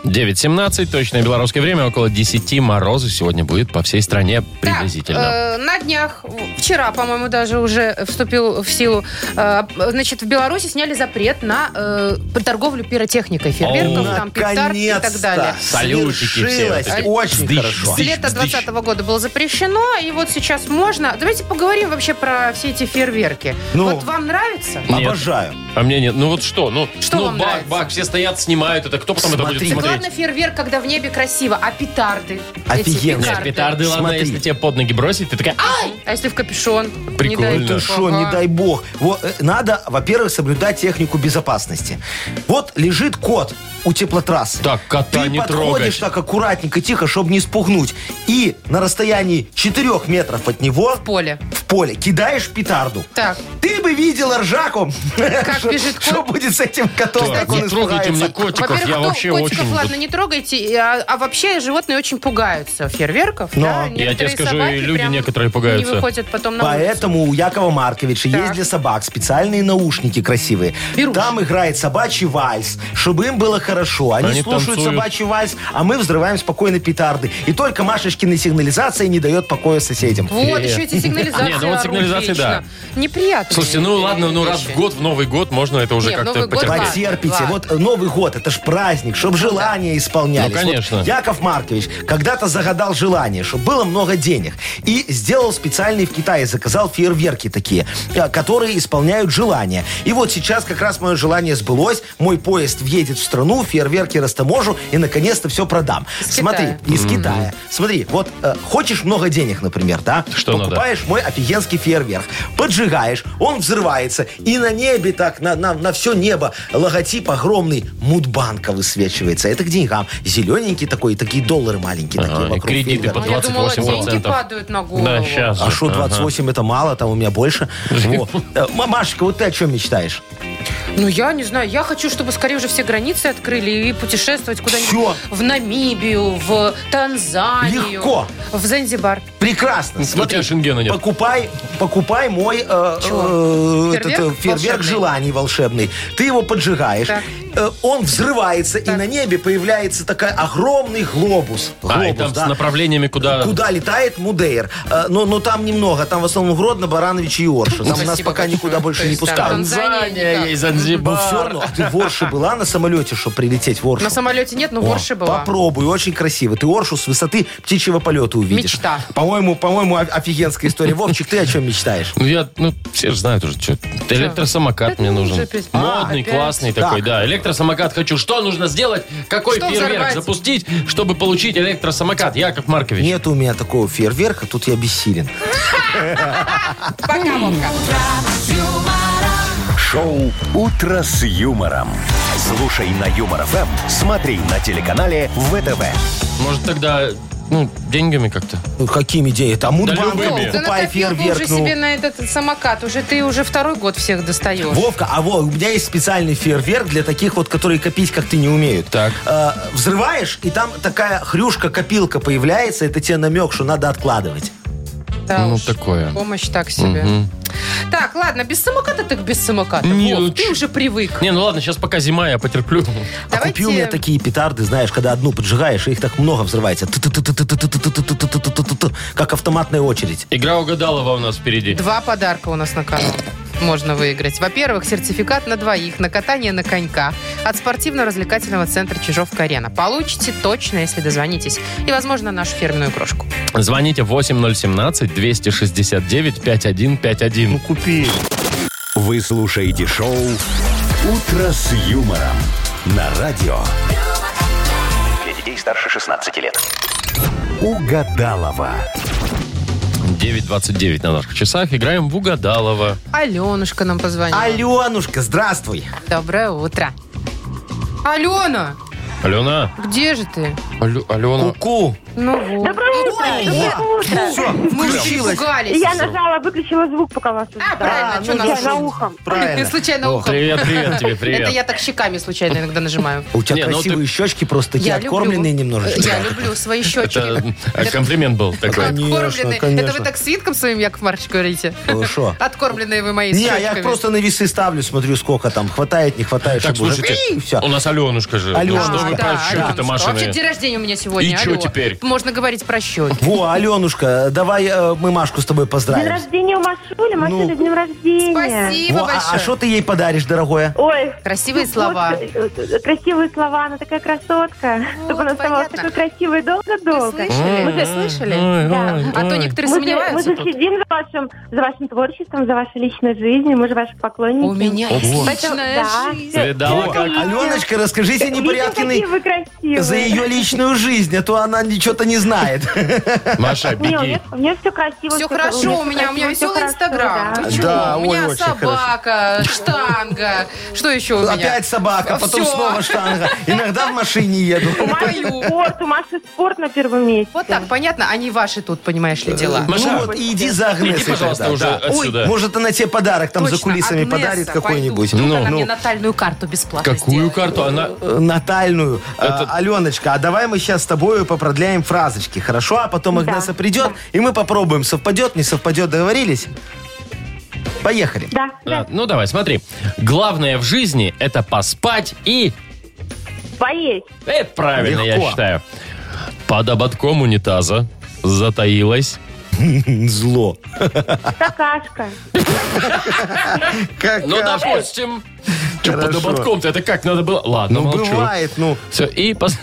[SPEAKER 2] 9.17, точное белорусское время, около 10 мороза сегодня будет по всей стране приблизительно.
[SPEAKER 3] Так, э, на днях, вчера, по-моему, даже уже вступил в силу, э, значит, в Беларуси сняли запрет на э, торговлю пиротехникой, фейерверком, там, петард и так далее.
[SPEAKER 2] Салютики все
[SPEAKER 4] Свершилось.
[SPEAKER 2] вот эти.
[SPEAKER 4] Очень
[SPEAKER 2] Вздыщ,
[SPEAKER 4] хорошо.
[SPEAKER 3] С
[SPEAKER 2] вздыщ.
[SPEAKER 3] лета 2020 года было запрещено, и вот сейчас можно. Давайте поговорим вообще про все эти фейерверки.
[SPEAKER 4] Ну.
[SPEAKER 3] Вот вам нравится?
[SPEAKER 2] Нет.
[SPEAKER 4] Обожаю.
[SPEAKER 2] А мне нет. Ну вот что? Ну,
[SPEAKER 3] Что
[SPEAKER 2] ну,
[SPEAKER 3] вам
[SPEAKER 2] бак,
[SPEAKER 3] нравится?
[SPEAKER 2] бак, все стоят, снимают. Это кто потом это будет
[SPEAKER 4] Смотри.
[SPEAKER 3] Да
[SPEAKER 2] смотреть?
[SPEAKER 3] главное фейерверк, когда в небе красиво, а петарды?
[SPEAKER 4] Офигенно.
[SPEAKER 3] Эти
[SPEAKER 2] Нет, петарды, ладно,
[SPEAKER 4] Смотри.
[SPEAKER 2] если тебе под ноги бросить, ты такая... «А!»
[SPEAKER 3] А если в капюшон?
[SPEAKER 2] Прикольно.
[SPEAKER 3] Не дай
[SPEAKER 4] Ты
[SPEAKER 3] бог.
[SPEAKER 4] что, не
[SPEAKER 3] Ага.
[SPEAKER 4] дай бог. Вот, э, надо, во-первых, соблюдать технику безопасности. Вот лежит кот у теплотрассы.
[SPEAKER 2] Так, кота
[SPEAKER 4] Ты
[SPEAKER 2] не
[SPEAKER 4] подходишь
[SPEAKER 2] трогать.
[SPEAKER 4] так аккуратненько, тихо, чтобы не спугнуть. И на расстоянии 4 метров от него
[SPEAKER 3] Поле.
[SPEAKER 4] в поле кидаешь петарду.
[SPEAKER 3] Так.
[SPEAKER 4] Ты бы видела ржаку, что,
[SPEAKER 3] бежит кот.
[SPEAKER 4] что будет с этим котом,
[SPEAKER 2] Так,
[SPEAKER 4] как он
[SPEAKER 2] не трогайте мне
[SPEAKER 4] испугается.
[SPEAKER 2] котиков,
[SPEAKER 3] Во-первых,
[SPEAKER 2] я
[SPEAKER 3] кто-
[SPEAKER 2] вообще
[SPEAKER 3] котиков,
[SPEAKER 2] очень...
[SPEAKER 3] ладно, не трогайте, а, а вообще животные очень пугаются фейерверков.
[SPEAKER 4] Но.
[SPEAKER 3] да,
[SPEAKER 4] Я
[SPEAKER 2] тебе
[SPEAKER 3] некоторые
[SPEAKER 2] скажу, и
[SPEAKER 3] собаки
[SPEAKER 2] люди
[SPEAKER 3] прям
[SPEAKER 2] некоторые пугаются.
[SPEAKER 3] Не выходят потом на улицу.
[SPEAKER 4] Поэтому у Якова Марковича
[SPEAKER 3] Так.
[SPEAKER 4] есть для собак специальные наушники красивые.
[SPEAKER 3] Беруши.
[SPEAKER 4] Там играет собачий вальс, чтобы им было хорошо. Они,
[SPEAKER 2] Они
[SPEAKER 4] слушают
[SPEAKER 2] танцуют.
[SPEAKER 4] собачий вальс, а мы взрываем спокойно петарды. И только Машечкина сигнализация не дает покоя соседям.
[SPEAKER 3] Вот, еще эти сигнализации.
[SPEAKER 2] Не, ну вот
[SPEAKER 3] орут
[SPEAKER 2] сигнализации, да.
[SPEAKER 3] вечно. Неприятно.
[SPEAKER 2] Слушайте, ну ладно, ну раз в год, в Новый год можно это уже
[SPEAKER 3] Не, в
[SPEAKER 2] как-то
[SPEAKER 3] Новый год
[SPEAKER 2] потерпеть.
[SPEAKER 3] ладно.
[SPEAKER 4] Потерпите.
[SPEAKER 3] ладно.
[SPEAKER 4] Вот э, Новый год, это ж праздник,
[SPEAKER 3] Ну
[SPEAKER 4] чтобы желания исполнялись.
[SPEAKER 2] Ну, конечно.
[SPEAKER 4] Вот Яков Маркович когда-то загадал желание, чтобы было много денег. И сделал специальный в Китае, заказал фейерверки такие, э, которые исполняют желания. И вот сейчас как раз мое желание сбылось, мой поезд въедет в страну, фейерверки растаможу и наконец-то все продам.
[SPEAKER 3] Из
[SPEAKER 4] Смотри,
[SPEAKER 3] Китая.
[SPEAKER 4] из Китая. Смотри, вот э, хочешь много денег, например, да?
[SPEAKER 2] Что надо?
[SPEAKER 4] Покупаешь Поджигаешь мой офигенский фейерверк. Поджигаешь, он взрывается. И на небе так, на, на, все небо логотип огромный Мудбанка высвечивается. Это к деньгам. Зелененький такой, и такие доллары маленькие.
[SPEAKER 2] Ага,
[SPEAKER 4] такие
[SPEAKER 2] и
[SPEAKER 4] вокруг
[SPEAKER 2] кредиты
[SPEAKER 4] фейерверка.
[SPEAKER 2] под
[SPEAKER 3] А я думала,
[SPEAKER 2] 28%.
[SPEAKER 3] деньги падают на голову.
[SPEAKER 2] Да, сейчас.
[SPEAKER 4] А что, 28 это мало, там у меня больше. Во. Э, Машечка, вот ты о чем мечтаешь?
[SPEAKER 3] Ну, я не знаю, я хочу, чтобы скорее уже все границы открыли и путешествовать куда-нибудь.
[SPEAKER 4] Всё.
[SPEAKER 3] В Намибию, в Танзанию.
[SPEAKER 4] Легко.
[SPEAKER 3] В Занзибар.
[SPEAKER 4] Прекрасно. Смотри,
[SPEAKER 2] тебя шенгена нет.
[SPEAKER 4] покупай, покупай мой э,
[SPEAKER 3] Чего?
[SPEAKER 4] э, этот, э,
[SPEAKER 3] Фейерверк
[SPEAKER 4] фейерверк
[SPEAKER 3] волшебный?
[SPEAKER 4] желаний волшебный. Ты его поджигаешь.
[SPEAKER 3] Так.
[SPEAKER 4] э, он взрывается, и на небе появляется такой огромный глобус.
[SPEAKER 2] А, и
[SPEAKER 4] Глобус,
[SPEAKER 2] там с
[SPEAKER 4] да.
[SPEAKER 2] направлениями куда...
[SPEAKER 4] Куда летает Мудейр. Э, Но, но там немного, там в основном Гродно, Баранович и Орша. Там
[SPEAKER 3] Ну, Спасибо
[SPEAKER 4] нас пока
[SPEAKER 3] большое.
[SPEAKER 4] никуда
[SPEAKER 3] То
[SPEAKER 4] больше не
[SPEAKER 3] есть, да,
[SPEAKER 4] пускают.
[SPEAKER 3] Танзания
[SPEAKER 2] Танзания
[SPEAKER 3] никак.
[SPEAKER 2] есть,
[SPEAKER 4] Ну
[SPEAKER 2] Занзибар.
[SPEAKER 4] все равно. А Ты в Орше была на самолете, чтобы прилететь в Оршу?
[SPEAKER 3] На самолете нет, но в
[SPEAKER 4] О,
[SPEAKER 3] Орше была.
[SPEAKER 4] Попробуй, очень красиво. Ты Оршу с высоты птичьего полета увидишь.
[SPEAKER 3] Мечта.
[SPEAKER 4] По-моему, по-моему, о- офигенская история. Вовчик, ты о чем мечтаешь?
[SPEAKER 2] Ну, я, ну, все же знают уже, что. Электросамокат
[SPEAKER 3] Это
[SPEAKER 2] мне
[SPEAKER 3] уже
[SPEAKER 2] нужен.
[SPEAKER 3] песня. А,
[SPEAKER 2] Модный,
[SPEAKER 3] опять?
[SPEAKER 2] классный такой, да. Электросамокат хочу. Что нужно сделать? Какой
[SPEAKER 3] Что
[SPEAKER 2] фейерверк
[SPEAKER 3] взорвать?
[SPEAKER 2] запустить, чтобы получить электросамокат? Яков Маркович.
[SPEAKER 4] Нет у меня такого фейерверка, тут я бессилен.
[SPEAKER 3] Пока, Вовка.
[SPEAKER 1] Шоу «Утро с юмором». Слушай на Юмор ФМ, смотри на телеканале ВТВ.
[SPEAKER 2] Может, тогда, ну, деньгами как-то?
[SPEAKER 4] Ну, какими идеи? Там Мудбанк
[SPEAKER 2] любыми.
[SPEAKER 4] ну,
[SPEAKER 2] Ну,
[SPEAKER 3] Ты
[SPEAKER 4] покупай
[SPEAKER 3] накопил бы
[SPEAKER 4] фейерверк.
[SPEAKER 3] уже
[SPEAKER 4] ну.
[SPEAKER 3] себе на этот самокат. Уже ты уже второй год всех достаешь.
[SPEAKER 4] Вовка, а вот у меня есть специальный фейерверк для таких вот, которые копить как ты не умеют.
[SPEAKER 2] Так.
[SPEAKER 4] Э, взрываешь, и там такая хрюшка-копилка появляется, это тебе намек, что надо откладывать.
[SPEAKER 3] Да
[SPEAKER 2] Ну,
[SPEAKER 3] уж,
[SPEAKER 2] такое.
[SPEAKER 3] Помощь так себе. Так, ладно, без самоката так без самоката.
[SPEAKER 2] Не,
[SPEAKER 3] Вов,
[SPEAKER 2] ну,
[SPEAKER 3] ты
[SPEAKER 2] чё-
[SPEAKER 3] уже привык.
[SPEAKER 2] Не, ну ладно, сейчас пока зима, я потерплю.
[SPEAKER 4] А купил мне такие петарды, знаешь, когда одну поджигаешь, и их так много взрывается. Ту-ту-ту-ту-ту-ту-ту-ту-ту-ту-ту, Как автоматная очередь.
[SPEAKER 2] Игра угадалова у нас впереди.
[SPEAKER 3] Два подарка у нас на кону можно выиграть. Во-первых, сертификат на двоих на катание на конька от спортивно-развлекательного центра Чижовка-Арена. Получите точно, если дозвонитесь. И, возможно, нашу фирменную крошку.
[SPEAKER 2] Звоните 8017-269-5151.
[SPEAKER 4] купи.
[SPEAKER 1] Вы слушаете шоу «Утро с юмором» на радио
[SPEAKER 7] Для детей старше 16 лет.
[SPEAKER 1] «Угадалова».
[SPEAKER 2] 9.29 на наших часах. Играем в угадалова.
[SPEAKER 3] Аленушка нам позвонила.
[SPEAKER 4] Аленушка, здравствуй.
[SPEAKER 3] Доброе утро. Алена,
[SPEAKER 2] Алена.
[SPEAKER 3] где же ты?
[SPEAKER 2] Алю- Алена.
[SPEAKER 4] Ку-ку.
[SPEAKER 3] Ну вот.
[SPEAKER 8] Доброе утро. Доброе утро.
[SPEAKER 4] Все,
[SPEAKER 3] Мы уже
[SPEAKER 4] включилась.
[SPEAKER 3] испугались.
[SPEAKER 8] Я нажала, выключила звук, пока вас
[SPEAKER 3] А, правильно,
[SPEAKER 4] А,
[SPEAKER 3] что
[SPEAKER 4] ну,
[SPEAKER 8] Я
[SPEAKER 3] нас
[SPEAKER 8] за
[SPEAKER 3] слушать?
[SPEAKER 8] ухом.
[SPEAKER 3] Ты
[SPEAKER 4] Правильно.
[SPEAKER 3] случайно
[SPEAKER 2] О,
[SPEAKER 3] ухом.
[SPEAKER 2] привет, привет тебе,
[SPEAKER 3] Это
[SPEAKER 2] привет.
[SPEAKER 3] я так щеками случайно иногда нажимаю.
[SPEAKER 4] У тебя
[SPEAKER 2] Не, ну
[SPEAKER 4] красивые щечки просто такие
[SPEAKER 3] Я люблю.
[SPEAKER 4] откормленные немножечко.
[SPEAKER 3] Я люблю свои щечки.
[SPEAKER 2] Это э, комплимент был такой.
[SPEAKER 4] Конечно,
[SPEAKER 3] Откормленные. Это вы
[SPEAKER 4] конечно.
[SPEAKER 3] так свитком своим, Яков Маркович, говорите?
[SPEAKER 4] Ну, шо?
[SPEAKER 3] Откормленные вы мои с
[SPEAKER 4] Не, я
[SPEAKER 3] щечками.
[SPEAKER 4] просто на весы ставлю, смотрю, сколько там. Хватает, не хватает,
[SPEAKER 2] Так,
[SPEAKER 4] чтобы уже-
[SPEAKER 2] слушайте,
[SPEAKER 4] И всё.
[SPEAKER 2] у нас Аленушка же. Ну,
[SPEAKER 4] Аленушка.
[SPEAKER 2] что вы
[SPEAKER 3] А,
[SPEAKER 2] про
[SPEAKER 3] да,
[SPEAKER 2] щеки-то
[SPEAKER 3] Аленушка. Вообще
[SPEAKER 2] машины?
[SPEAKER 3] день рождения у меня сегодня.
[SPEAKER 2] И чё
[SPEAKER 3] алло.
[SPEAKER 2] теперь?
[SPEAKER 3] Можно говорить про щеки.
[SPEAKER 4] Во, Аленушка, давай э, мы Машку с тобой
[SPEAKER 8] День
[SPEAKER 4] поздравим.
[SPEAKER 8] рождения у Машули. Машуля,
[SPEAKER 4] Ну.
[SPEAKER 8] днем рождения.
[SPEAKER 3] Спасибо
[SPEAKER 4] Во, а- а
[SPEAKER 3] большое.
[SPEAKER 4] что ты ей подаришь, дорогое?
[SPEAKER 8] Ой,
[SPEAKER 3] Красивые
[SPEAKER 8] ну,
[SPEAKER 3] слова.
[SPEAKER 8] вот, э, э, красивые слова, она такая красотка. Чтобы она оставалась
[SPEAKER 3] понятно.
[SPEAKER 8] такой красивой
[SPEAKER 3] Вы
[SPEAKER 8] долго-долго.
[SPEAKER 3] слышали?
[SPEAKER 8] Мы
[SPEAKER 3] Вы
[SPEAKER 8] же-
[SPEAKER 3] слышали?
[SPEAKER 4] Ну,
[SPEAKER 8] Да.
[SPEAKER 3] А то некоторые
[SPEAKER 8] мы же- мы
[SPEAKER 3] сомневаются
[SPEAKER 8] же
[SPEAKER 3] тут.
[SPEAKER 8] следим за вашим, за вашим творчеством, за вашей личной жизнью, мы же ваши поклонники.
[SPEAKER 3] У меня
[SPEAKER 8] Поэтому-
[SPEAKER 3] есть личная
[SPEAKER 8] да.
[SPEAKER 3] жизнь.
[SPEAKER 2] Видала, как?
[SPEAKER 4] Аленочка, расскажите
[SPEAKER 8] Видите,
[SPEAKER 4] непорядкиной
[SPEAKER 8] какие вы красивые.
[SPEAKER 4] за ее личную жизнь, а то она ничего-то не знает.
[SPEAKER 2] Маша,
[SPEAKER 8] Не, у
[SPEAKER 2] беги.
[SPEAKER 8] меня, у меня все красиво.
[SPEAKER 3] Все хорошо у меня, у меня
[SPEAKER 8] красиво, всё
[SPEAKER 3] веселый
[SPEAKER 8] хорошо,
[SPEAKER 3] инстаграм.
[SPEAKER 8] да.
[SPEAKER 3] Ты чё?
[SPEAKER 4] Да,
[SPEAKER 3] у
[SPEAKER 4] ой,
[SPEAKER 3] меня
[SPEAKER 4] очень
[SPEAKER 3] собака, штанга. Что еще у меня?
[SPEAKER 4] Опять собака, потом
[SPEAKER 3] Всё.
[SPEAKER 4] снова штанга. Иногда в машине еду.
[SPEAKER 8] У Маши
[SPEAKER 3] Пою.
[SPEAKER 8] спорт, у Маши спорт на первом месте.
[SPEAKER 3] Вот так, понятно, они ваши тут, понимаешь ли, дела.
[SPEAKER 2] Маша,
[SPEAKER 4] ну вот, и иди за Агнесой
[SPEAKER 2] Иди, пожалуйста,
[SPEAKER 4] тогда,
[SPEAKER 2] уже
[SPEAKER 4] да.
[SPEAKER 2] отсюда.
[SPEAKER 4] Может, она тебе подарок там за
[SPEAKER 3] Точно,
[SPEAKER 4] кулисами
[SPEAKER 3] Агнеса,
[SPEAKER 4] подарит какой-нибудь.
[SPEAKER 3] пойду.
[SPEAKER 2] Ну,
[SPEAKER 3] Вдруг она
[SPEAKER 2] ну.
[SPEAKER 3] мне натальную карту бесплатно
[SPEAKER 2] Какую
[SPEAKER 3] сделает.
[SPEAKER 2] карту? Она...
[SPEAKER 4] Э, Натальную.
[SPEAKER 2] Это-
[SPEAKER 4] А, Аленочка, а давай мы сейчас с тобою попродляем фразочки, хорошо? А потом Агнеса придет, и мы попробуем, совпадет, не совпадет, договорились? Поехали.
[SPEAKER 8] Да, да.
[SPEAKER 2] Да, Ну, давай, смотри. Главное в жизни – это поспать и...
[SPEAKER 8] Поесть.
[SPEAKER 2] Э, правильно, я
[SPEAKER 4] Легко.
[SPEAKER 2] считаю. Под ободком унитаза затаилась.
[SPEAKER 4] Зло.
[SPEAKER 8] Какашка.
[SPEAKER 4] Как,
[SPEAKER 2] Ну,
[SPEAKER 4] а,
[SPEAKER 2] допустим. Чё, под
[SPEAKER 4] Хорошо.
[SPEAKER 2] ободком-то? Это как надо было? Ладно,
[SPEAKER 4] ну
[SPEAKER 2] молчу.
[SPEAKER 4] бывает, ну.
[SPEAKER 2] Все, и... пос-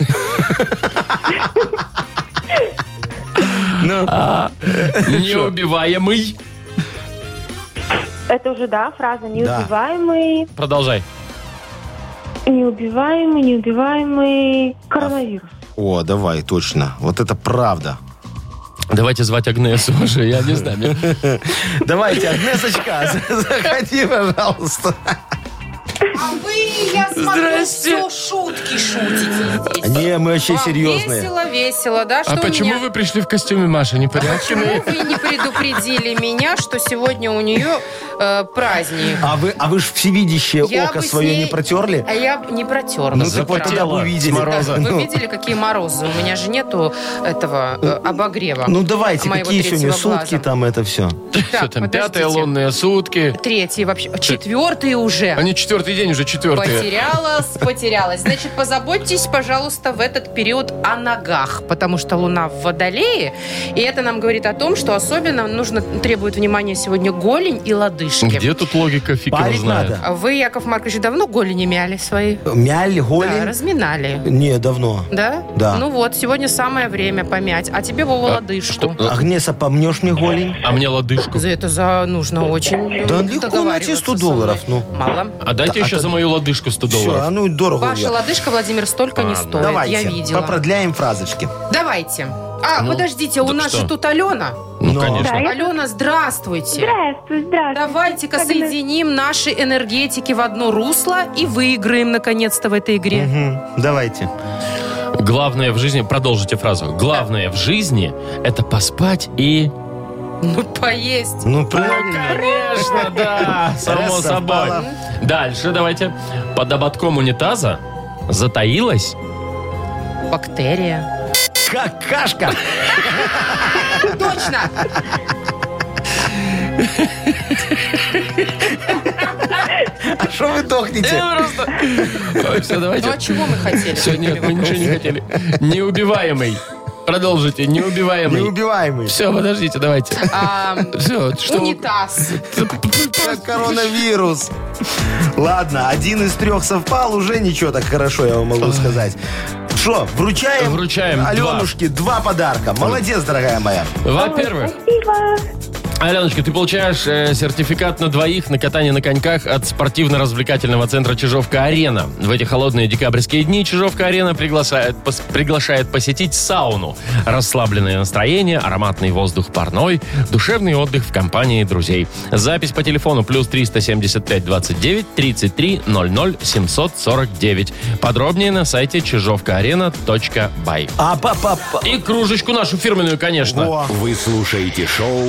[SPEAKER 4] Ну.
[SPEAKER 2] А, Неубиваемый.
[SPEAKER 8] Это уже, да, фраза
[SPEAKER 4] Да.
[SPEAKER 8] неубиваемый,
[SPEAKER 2] Продолжай.
[SPEAKER 8] неубиваемый, неубиваемый коронавирус.
[SPEAKER 4] О, давай, точно. Вот это правда.
[SPEAKER 2] Давайте звать Агнесу уже, я не знаю. мне-
[SPEAKER 4] Давайте, Агнесочка, за- заходи, пожалуйста.
[SPEAKER 3] А вы, я смотрю, все шутки шутите здесь.
[SPEAKER 4] Не, мы вообще
[SPEAKER 3] Вам
[SPEAKER 4] серьезные.
[SPEAKER 3] Весело, весело, да?
[SPEAKER 2] А
[SPEAKER 3] что
[SPEAKER 2] почему
[SPEAKER 3] у меня- Ну,
[SPEAKER 2] вы пришли в костюме Маша? Не
[SPEAKER 3] Почему вы не предупредили меня, что сегодня у нее э, праздник.
[SPEAKER 4] А вы, а вы ж всевидящее око
[SPEAKER 3] бы с
[SPEAKER 4] свое
[SPEAKER 3] ней-
[SPEAKER 4] не протерли?
[SPEAKER 3] А я бы не протерла.
[SPEAKER 4] Ну,
[SPEAKER 3] с
[SPEAKER 4] так вот
[SPEAKER 3] утра.
[SPEAKER 4] тогда бы увидели.
[SPEAKER 3] Да, Вы
[SPEAKER 4] Ну.
[SPEAKER 3] видели, какие морозы? У меня же нету этого э, обогрева.
[SPEAKER 4] Ну давайте,
[SPEAKER 3] моего
[SPEAKER 4] какие сегодня
[SPEAKER 3] третьего
[SPEAKER 4] сутки
[SPEAKER 3] глаза.
[SPEAKER 4] там это все?
[SPEAKER 3] Так,
[SPEAKER 2] Что там, пятые
[SPEAKER 3] подождите.
[SPEAKER 2] лунные сутки.
[SPEAKER 3] Третий вообще. Четвертый уже.
[SPEAKER 2] Они четвертый день уже четвертые.
[SPEAKER 3] Потерялась, потерялась. Значит, позаботьтесь, пожалуйста, в этот период о ногах, потому что Луна в Водолее, и это нам говорит о том, что особенно нужно требует внимания сегодня голень и лодыжки.
[SPEAKER 2] Где тут логика, фиг его
[SPEAKER 4] Парить
[SPEAKER 2] знает.
[SPEAKER 4] надо.
[SPEAKER 3] А Вы, Яков Маркович, давно голени мяли свои?
[SPEAKER 4] Мяль,
[SPEAKER 3] Да,
[SPEAKER 4] голень?
[SPEAKER 3] разминали.
[SPEAKER 4] Не, давно.
[SPEAKER 3] Да?
[SPEAKER 4] Да.
[SPEAKER 3] Ну вот, сегодня самое время помять. А тебе, Вова,
[SPEAKER 2] А,
[SPEAKER 3] лодыжку.
[SPEAKER 4] Агнеса, помнешь мне голень?
[SPEAKER 2] А мне лодыжку.
[SPEAKER 3] За это за нужно очень
[SPEAKER 4] Да
[SPEAKER 3] э,
[SPEAKER 4] легко
[SPEAKER 3] договариваться
[SPEAKER 4] найти 100
[SPEAKER 3] со мной.
[SPEAKER 4] долларов, ну.
[SPEAKER 3] Мало.
[SPEAKER 2] А дайте еще за мою лодыжку 100
[SPEAKER 4] Все, а
[SPEAKER 2] долларов.
[SPEAKER 4] ну дорого.
[SPEAKER 3] Ваша
[SPEAKER 4] я.
[SPEAKER 3] лодыжка, Владимир, столько не
[SPEAKER 2] Ладно.
[SPEAKER 3] стоит. Я
[SPEAKER 4] Давайте,
[SPEAKER 3] видела.
[SPEAKER 4] попродляем фразочки.
[SPEAKER 3] Давайте. А,
[SPEAKER 2] Ну,
[SPEAKER 3] подождите, у
[SPEAKER 2] так
[SPEAKER 3] нас
[SPEAKER 2] что?
[SPEAKER 3] же тут Алена.
[SPEAKER 2] Ну,
[SPEAKER 4] Но.
[SPEAKER 8] Да,
[SPEAKER 2] конечно.
[SPEAKER 8] А я-
[SPEAKER 3] Алена, здравствуйте.
[SPEAKER 8] Здравствуй, здравствуй.
[SPEAKER 3] Давайте-ка
[SPEAKER 8] Как она-
[SPEAKER 3] соединим наши энергетики в одно русло и выиграем наконец-то в этой игре.
[SPEAKER 4] Мгм, Давайте.
[SPEAKER 2] Главное в жизни, продолжите фразу. Главное в жизни это поспать и...
[SPEAKER 3] Ну, поесть.
[SPEAKER 4] Ну, правильно.
[SPEAKER 2] Конечно, да, само
[SPEAKER 4] Раз
[SPEAKER 2] собой.
[SPEAKER 4] совпало.
[SPEAKER 2] Дальше давайте. Под ободком унитаза затаилась...
[SPEAKER 3] Бактерия.
[SPEAKER 4] Какашка.
[SPEAKER 3] Точно!
[SPEAKER 4] А что вы дохнете?
[SPEAKER 2] Ой, Все,
[SPEAKER 3] Ну, а
[SPEAKER 2] давайте.
[SPEAKER 3] чего мы хотели?
[SPEAKER 2] Все, нет, мы ничего не хотели. Неубиваемый. Продолжите, неубиваемый.
[SPEAKER 4] Неубиваемый.
[SPEAKER 2] Все, подождите, давайте.
[SPEAKER 3] А,
[SPEAKER 2] Все, что...
[SPEAKER 3] Унитаз.
[SPEAKER 4] Как коронавирус. Ладно, один из трех совпал, уже ничего так хорошо, я вам могу сказать. Что, вручаем,
[SPEAKER 2] Вручаем два.
[SPEAKER 4] Аленушке два. подарка. Молодец, дорогая моя.
[SPEAKER 2] Во-первых,
[SPEAKER 8] Спасибо.
[SPEAKER 2] Аленочка, ты получаешь э, сертификат на двоих на катание на коньках от спортивно-развлекательного центра «Чижовка-арена». В эти холодные декабрьские дни «Чижовка-арена» приглашает, пос- приглашает посетить сауну. Расслабленное настроение, ароматный воздух парной, душевный отдых в компании друзей. Запись по телефону плюс 375-29-33-00-749. Подробнее на сайте чижовкаарена.бай.
[SPEAKER 4] А папа... па-
[SPEAKER 2] И кружечку нашу фирменную, конечно.
[SPEAKER 4] Во.
[SPEAKER 1] Вы слушаете шоу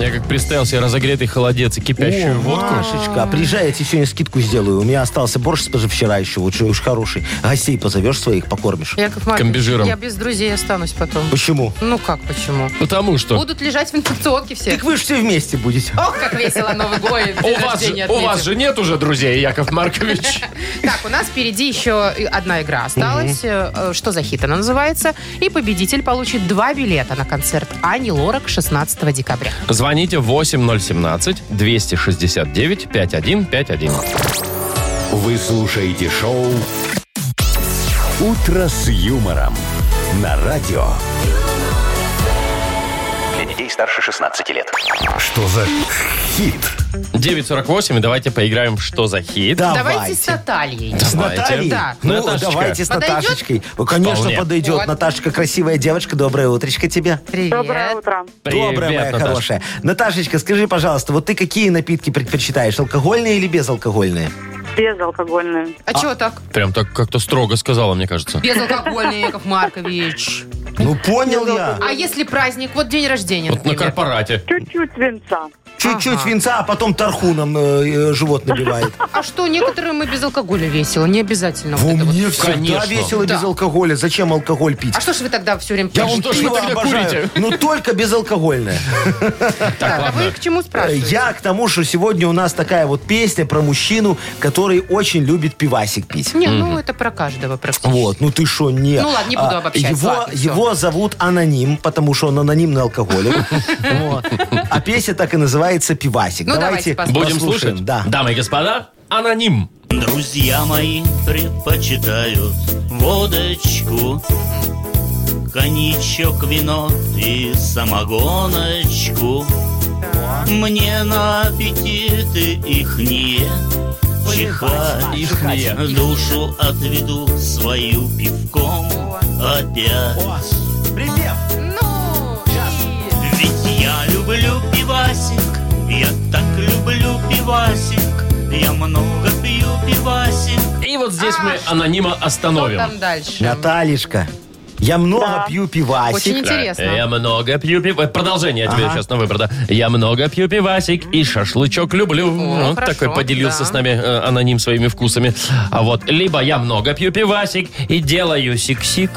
[SPEAKER 2] Я как представил себе разогретый холодец и кипящую
[SPEAKER 4] О,
[SPEAKER 2] водку.
[SPEAKER 4] Машечка, приезжай, я тебе сегодня скидку сделаю. У меня остался борщ с позавчера еще, лучше уж хороший. Гостей позовешь своих, покормишь.
[SPEAKER 3] Яков Маркович,
[SPEAKER 2] Комбижиром.
[SPEAKER 3] я без друзей останусь потом.
[SPEAKER 4] Почему?
[SPEAKER 3] Ну как почему?
[SPEAKER 2] Потому что
[SPEAKER 3] Будут лежать в инфекционке все.
[SPEAKER 4] Так вы же все вместе будете.
[SPEAKER 3] Ох, как весело Новый год. и
[SPEAKER 2] у
[SPEAKER 3] день
[SPEAKER 2] вас,
[SPEAKER 3] рождения
[SPEAKER 2] же, у вас
[SPEAKER 3] отметим.
[SPEAKER 2] же нет уже друзей, Яков Маркович.
[SPEAKER 3] Так, у нас впереди еще и одна игра осталась. Э, э, Что за хит она называется? И победитель получит два билета на концерт Ани Лорак 16 декабря.
[SPEAKER 2] Звоните 8017-269-5151.
[SPEAKER 1] Вы слушаете шоу «Утро с юмором» на радио.
[SPEAKER 7] Для детей старше 16 лет.
[SPEAKER 1] Что за хит?
[SPEAKER 2] 948, и давайте поиграем в «Что за хит?»
[SPEAKER 3] Давайте с Натальей.
[SPEAKER 4] С Натальей?
[SPEAKER 3] Да.
[SPEAKER 4] Ну,
[SPEAKER 2] Наташечка.
[SPEAKER 4] давайте с
[SPEAKER 3] Подойдет?
[SPEAKER 4] Наташечкой. Ну, Конечно,
[SPEAKER 2] Вполне.
[SPEAKER 4] подойдет.
[SPEAKER 3] Вот.
[SPEAKER 4] Наташка красивая девочка. Доброе утречко тебе.
[SPEAKER 3] Привет.
[SPEAKER 8] Доброе утро.
[SPEAKER 4] Доброе, моя
[SPEAKER 2] Наташа.
[SPEAKER 4] хорошая. Наташечка, скажи, пожалуйста, вот ты какие напитки предпочитаешь? Алкогольные или безалкогольные?
[SPEAKER 8] Безалкогольное.
[SPEAKER 3] А, чего так?
[SPEAKER 2] Прям так как-то строго сказала, мне кажется.
[SPEAKER 3] Безалкогольный Яков Маркович.
[SPEAKER 4] Ну, понял я.
[SPEAKER 3] А если праздник, вот день рождения,
[SPEAKER 2] Вот на
[SPEAKER 3] например.
[SPEAKER 2] корпорате.
[SPEAKER 8] Чуть-чуть венца.
[SPEAKER 4] Чуть-чуть
[SPEAKER 3] Ага.
[SPEAKER 4] винца, а потом тархуном э, э, живот набивает.
[SPEAKER 3] А что, некоторым и без алкоголя весело, не обязательно. вот это вот.
[SPEAKER 4] всегда
[SPEAKER 2] Конечно.
[SPEAKER 4] весело без
[SPEAKER 3] Да.
[SPEAKER 4] алкоголя. Зачем алкоголь пить?
[SPEAKER 3] А что ж вы тогда все время
[SPEAKER 4] Я
[SPEAKER 3] пьете?
[SPEAKER 4] вон
[SPEAKER 2] что ж вы
[SPEAKER 4] пиво
[SPEAKER 2] тогда
[SPEAKER 4] обожаю,
[SPEAKER 2] курите?
[SPEAKER 4] но только безалкогольное.
[SPEAKER 3] Так,
[SPEAKER 2] Так,
[SPEAKER 3] а вы
[SPEAKER 2] ладно.
[SPEAKER 3] к чему спрашиваете?
[SPEAKER 4] Я к тому, что сегодня у нас такая вот песня про мужчину, который очень любит пивасик пить.
[SPEAKER 3] Не, ну это про каждого практически.
[SPEAKER 4] Вот, ну ты что, не. А,
[SPEAKER 3] Ну ладно, не буду обобщать,
[SPEAKER 4] Его,
[SPEAKER 3] ладно, всё.
[SPEAKER 4] его зовут Аноним, потому что он анонимный алкоголик. Вот. А песня так и называется «Пивасик».
[SPEAKER 3] Ну, давайте послушаем.
[SPEAKER 2] Будем слушать?
[SPEAKER 4] Да.
[SPEAKER 2] Дамы и господа, аноним.
[SPEAKER 9] Друзья мои предпочитают водочку, коньячок, вино и самогоночку. Мне на аппетиты их не
[SPEAKER 3] А,
[SPEAKER 9] чихать.
[SPEAKER 2] Их мне.
[SPEAKER 9] Душу отведу свою пивком опять.
[SPEAKER 4] Привет.
[SPEAKER 3] Ну, и-
[SPEAKER 9] Ведь я люблю пивасик, я так люблю пивасик, я много пью пивасик.
[SPEAKER 2] И вот здесь мы анонима
[SPEAKER 3] ну А, Что
[SPEAKER 2] остановим.
[SPEAKER 3] там дальше?
[SPEAKER 4] Наталишка, я много пью
[SPEAKER 3] Очень
[SPEAKER 4] пивасик.
[SPEAKER 2] Я
[SPEAKER 3] интересно.
[SPEAKER 2] много пью пиво. Продолжение я тебе сейчас на выбор, да. Я много пью пивасик и шашлычок люблю. Ну,
[SPEAKER 3] О,
[SPEAKER 2] Вот
[SPEAKER 3] хорошо,
[SPEAKER 2] такой поделился
[SPEAKER 3] да.
[SPEAKER 2] с нами э, аноним своими вкусами. А вот либо я много пью пивасик и делаю сик-сик.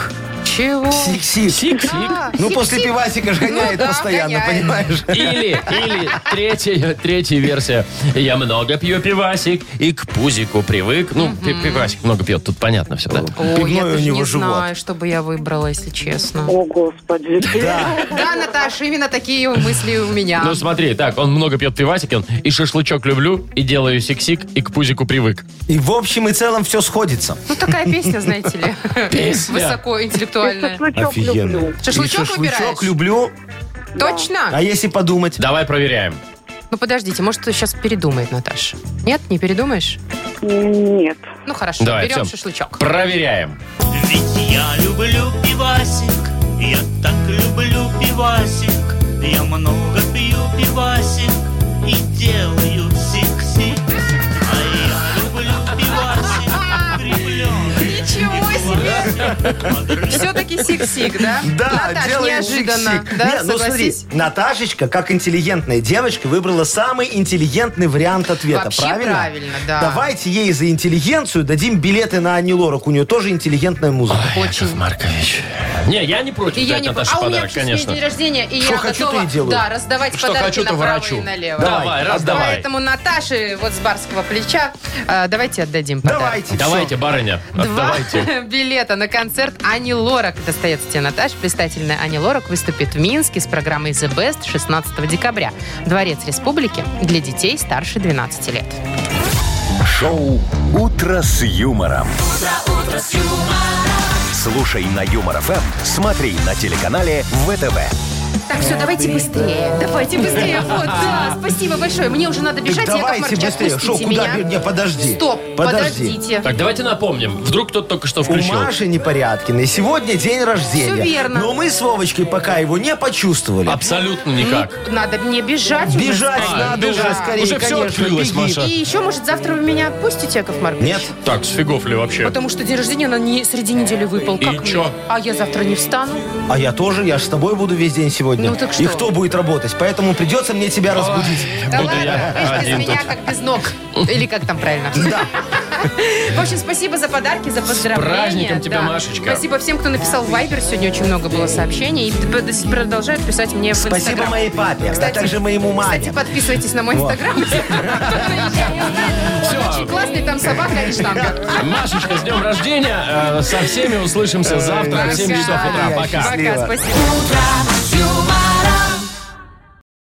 [SPEAKER 3] Чего?
[SPEAKER 4] Сик-сик.
[SPEAKER 2] Сик-сик.
[SPEAKER 3] А,
[SPEAKER 4] Ну,
[SPEAKER 3] сик-сик.
[SPEAKER 4] после пивасика ж гоняет
[SPEAKER 3] да,
[SPEAKER 4] постоянно,
[SPEAKER 3] гоняет.
[SPEAKER 4] понимаешь?
[SPEAKER 2] Или, или третья, третья версия. Я много пью пивасик и к пузику привык. Ну, пи- пивасик много пьет, тут понятно все, да?
[SPEAKER 3] О, я
[SPEAKER 4] Пивной у
[SPEAKER 3] даже
[SPEAKER 4] него
[SPEAKER 3] не
[SPEAKER 4] живот.
[SPEAKER 3] знаю, что бы я выбрала, если честно.
[SPEAKER 6] О, господи.
[SPEAKER 3] Да, Наташа, именно такие мысли у меня.
[SPEAKER 2] Ну смотри, так, он много пьет пивасик, он и шашлычок люблю, и делаю сик-сик, и к пузику привык.
[SPEAKER 4] И в общем и целом все сходится.
[SPEAKER 3] Ну, такая песня, знаете ли.
[SPEAKER 2] Песня.
[SPEAKER 3] Высоко интеллектуальная.
[SPEAKER 6] Шашлычок
[SPEAKER 4] Офигенно.
[SPEAKER 6] люблю.
[SPEAKER 3] Шашлычок
[SPEAKER 4] И шашлычок
[SPEAKER 3] выбираешь?
[SPEAKER 4] люблю. А
[SPEAKER 3] Точно?
[SPEAKER 4] если подумать?
[SPEAKER 2] Давай проверяем.
[SPEAKER 3] Ну, подождите, может, сейчас передумает Наташа. Нет, не передумаешь?
[SPEAKER 6] Нет.
[SPEAKER 3] Ну, хорошо,
[SPEAKER 2] Давай,
[SPEAKER 3] берем
[SPEAKER 2] всё.
[SPEAKER 3] шашлычок.
[SPEAKER 2] Проверяем.
[SPEAKER 9] Ведь я люблю пивасик, я так люблю пивасик, я много пью пивасик и делаю сик-сик. А я люблю пивасик, креплен.
[SPEAKER 3] Ничего себе! Все-таки сик-сик, да? Наташ,
[SPEAKER 4] делаем
[SPEAKER 3] неожиданно.
[SPEAKER 4] сик-сик.
[SPEAKER 3] Да,
[SPEAKER 4] Не, ну смотри,
[SPEAKER 3] согласись?
[SPEAKER 4] Наташечка, как интеллигентная девочка, выбрала самый интеллигентный вариант ответа,
[SPEAKER 3] Вообще
[SPEAKER 4] правильно?
[SPEAKER 3] правильно, да.
[SPEAKER 4] Давайте ей за интеллигенцию дадим билеты на Ани Лорак. У нее тоже интеллигентная музыка.
[SPEAKER 2] Яков Маркович. Не, я не против
[SPEAKER 3] И я
[SPEAKER 2] дать
[SPEAKER 3] не...
[SPEAKER 2] Наташе
[SPEAKER 3] А у меня
[SPEAKER 2] подарок,
[SPEAKER 3] вообще сегодня
[SPEAKER 2] конечно.
[SPEAKER 3] день рождения, и
[SPEAKER 4] Что
[SPEAKER 3] я
[SPEAKER 4] хочу, то
[SPEAKER 3] готова
[SPEAKER 4] и делаю.
[SPEAKER 3] да, раздавать
[SPEAKER 2] Что
[SPEAKER 3] подарки
[SPEAKER 2] хочу, то
[SPEAKER 3] направо
[SPEAKER 2] врачу.
[SPEAKER 3] и налево.
[SPEAKER 2] Давай, раздавай.
[SPEAKER 3] Поэтому Наташе вот с барского плеча э, давайте отдадим подарок.
[SPEAKER 4] Давайте.
[SPEAKER 2] Давайте, барыня,
[SPEAKER 3] Два
[SPEAKER 2] отдавайте.
[SPEAKER 3] билета на концерт Ани Лорак. Достается тебе, Наташ. Представительная Ани Лорак выступит в Минске с программой The Best 16 декабря. Дворец Республики для детей старше 12 лет.
[SPEAKER 1] Шоу «Утро с юмором». Слушай на Юмор ФМ, смотри на телеканале ВТВ.
[SPEAKER 3] Так, все, давайте быстрее. Давайте быстрее. Вот, да, спасибо большое. Мне уже надо
[SPEAKER 4] Так
[SPEAKER 3] бежать. Яков
[SPEAKER 4] давайте
[SPEAKER 3] Маркович,
[SPEAKER 4] быстрее. Шо,
[SPEAKER 3] отпустите
[SPEAKER 4] куда?
[SPEAKER 3] меня.
[SPEAKER 4] Не, подожди.
[SPEAKER 3] Стоп,
[SPEAKER 4] Подожди.
[SPEAKER 3] подождите.
[SPEAKER 2] Так, давайте напомним. Вдруг кто-то только что
[SPEAKER 4] У
[SPEAKER 2] включил.
[SPEAKER 4] Маши Непорядкиной сегодня день рождения.
[SPEAKER 3] Всё верно.
[SPEAKER 4] Но мы с Вовочкой пока его не почувствовали.
[SPEAKER 2] Абсолютно никак.
[SPEAKER 3] Ну, Надо мне бежать. уже.
[SPEAKER 4] Бежать
[SPEAKER 2] А,
[SPEAKER 4] надо уже
[SPEAKER 2] бежать.
[SPEAKER 4] скорее,
[SPEAKER 2] Уже всё
[SPEAKER 4] конечно,
[SPEAKER 2] открылось,
[SPEAKER 4] беги.
[SPEAKER 2] Маша.
[SPEAKER 3] И еще, может, завтра вы меня отпустите, Яков Маркович?
[SPEAKER 4] Нет?
[SPEAKER 2] Так, с фигов ли вообще?
[SPEAKER 3] Потому что день рождения на не среди недели выпал.
[SPEAKER 2] И
[SPEAKER 3] Как мне?
[SPEAKER 2] чё?
[SPEAKER 3] А я завтра не встану.
[SPEAKER 4] А я тоже, я ж с тобой буду весь день сегодня. сегодня.
[SPEAKER 3] Ну, так что?
[SPEAKER 4] И кто будет работать? Поэтому придется мне тебя разбудить.
[SPEAKER 3] Да
[SPEAKER 2] Буду я
[SPEAKER 3] ладно, вы ж без
[SPEAKER 2] один
[SPEAKER 3] меня
[SPEAKER 2] тут.
[SPEAKER 3] как без ног. Или как там правильно?
[SPEAKER 4] Да.
[SPEAKER 3] В общем, спасибо за подарки, за поздравления.
[SPEAKER 2] праздником тебя,
[SPEAKER 3] Да.
[SPEAKER 2] Машечка.
[SPEAKER 3] Спасибо всем, кто написал в Вайбер. Сегодня очень много было сообщений. И п- продолжают писать мне в
[SPEAKER 4] Спасибо
[SPEAKER 3] Инстаграм.
[SPEAKER 4] моей папе, а
[SPEAKER 3] Кстати,
[SPEAKER 4] также моему
[SPEAKER 3] Кстати,
[SPEAKER 4] маме.
[SPEAKER 3] подписывайтесь на мой Инстаграм. Он очень классный, там собака и штанга.
[SPEAKER 2] Машечка, с днем рождения. Э, Со всеми услышимся завтра в 7 часов утра. Пока.
[SPEAKER 3] Пока, спасибо.
[SPEAKER 9] утро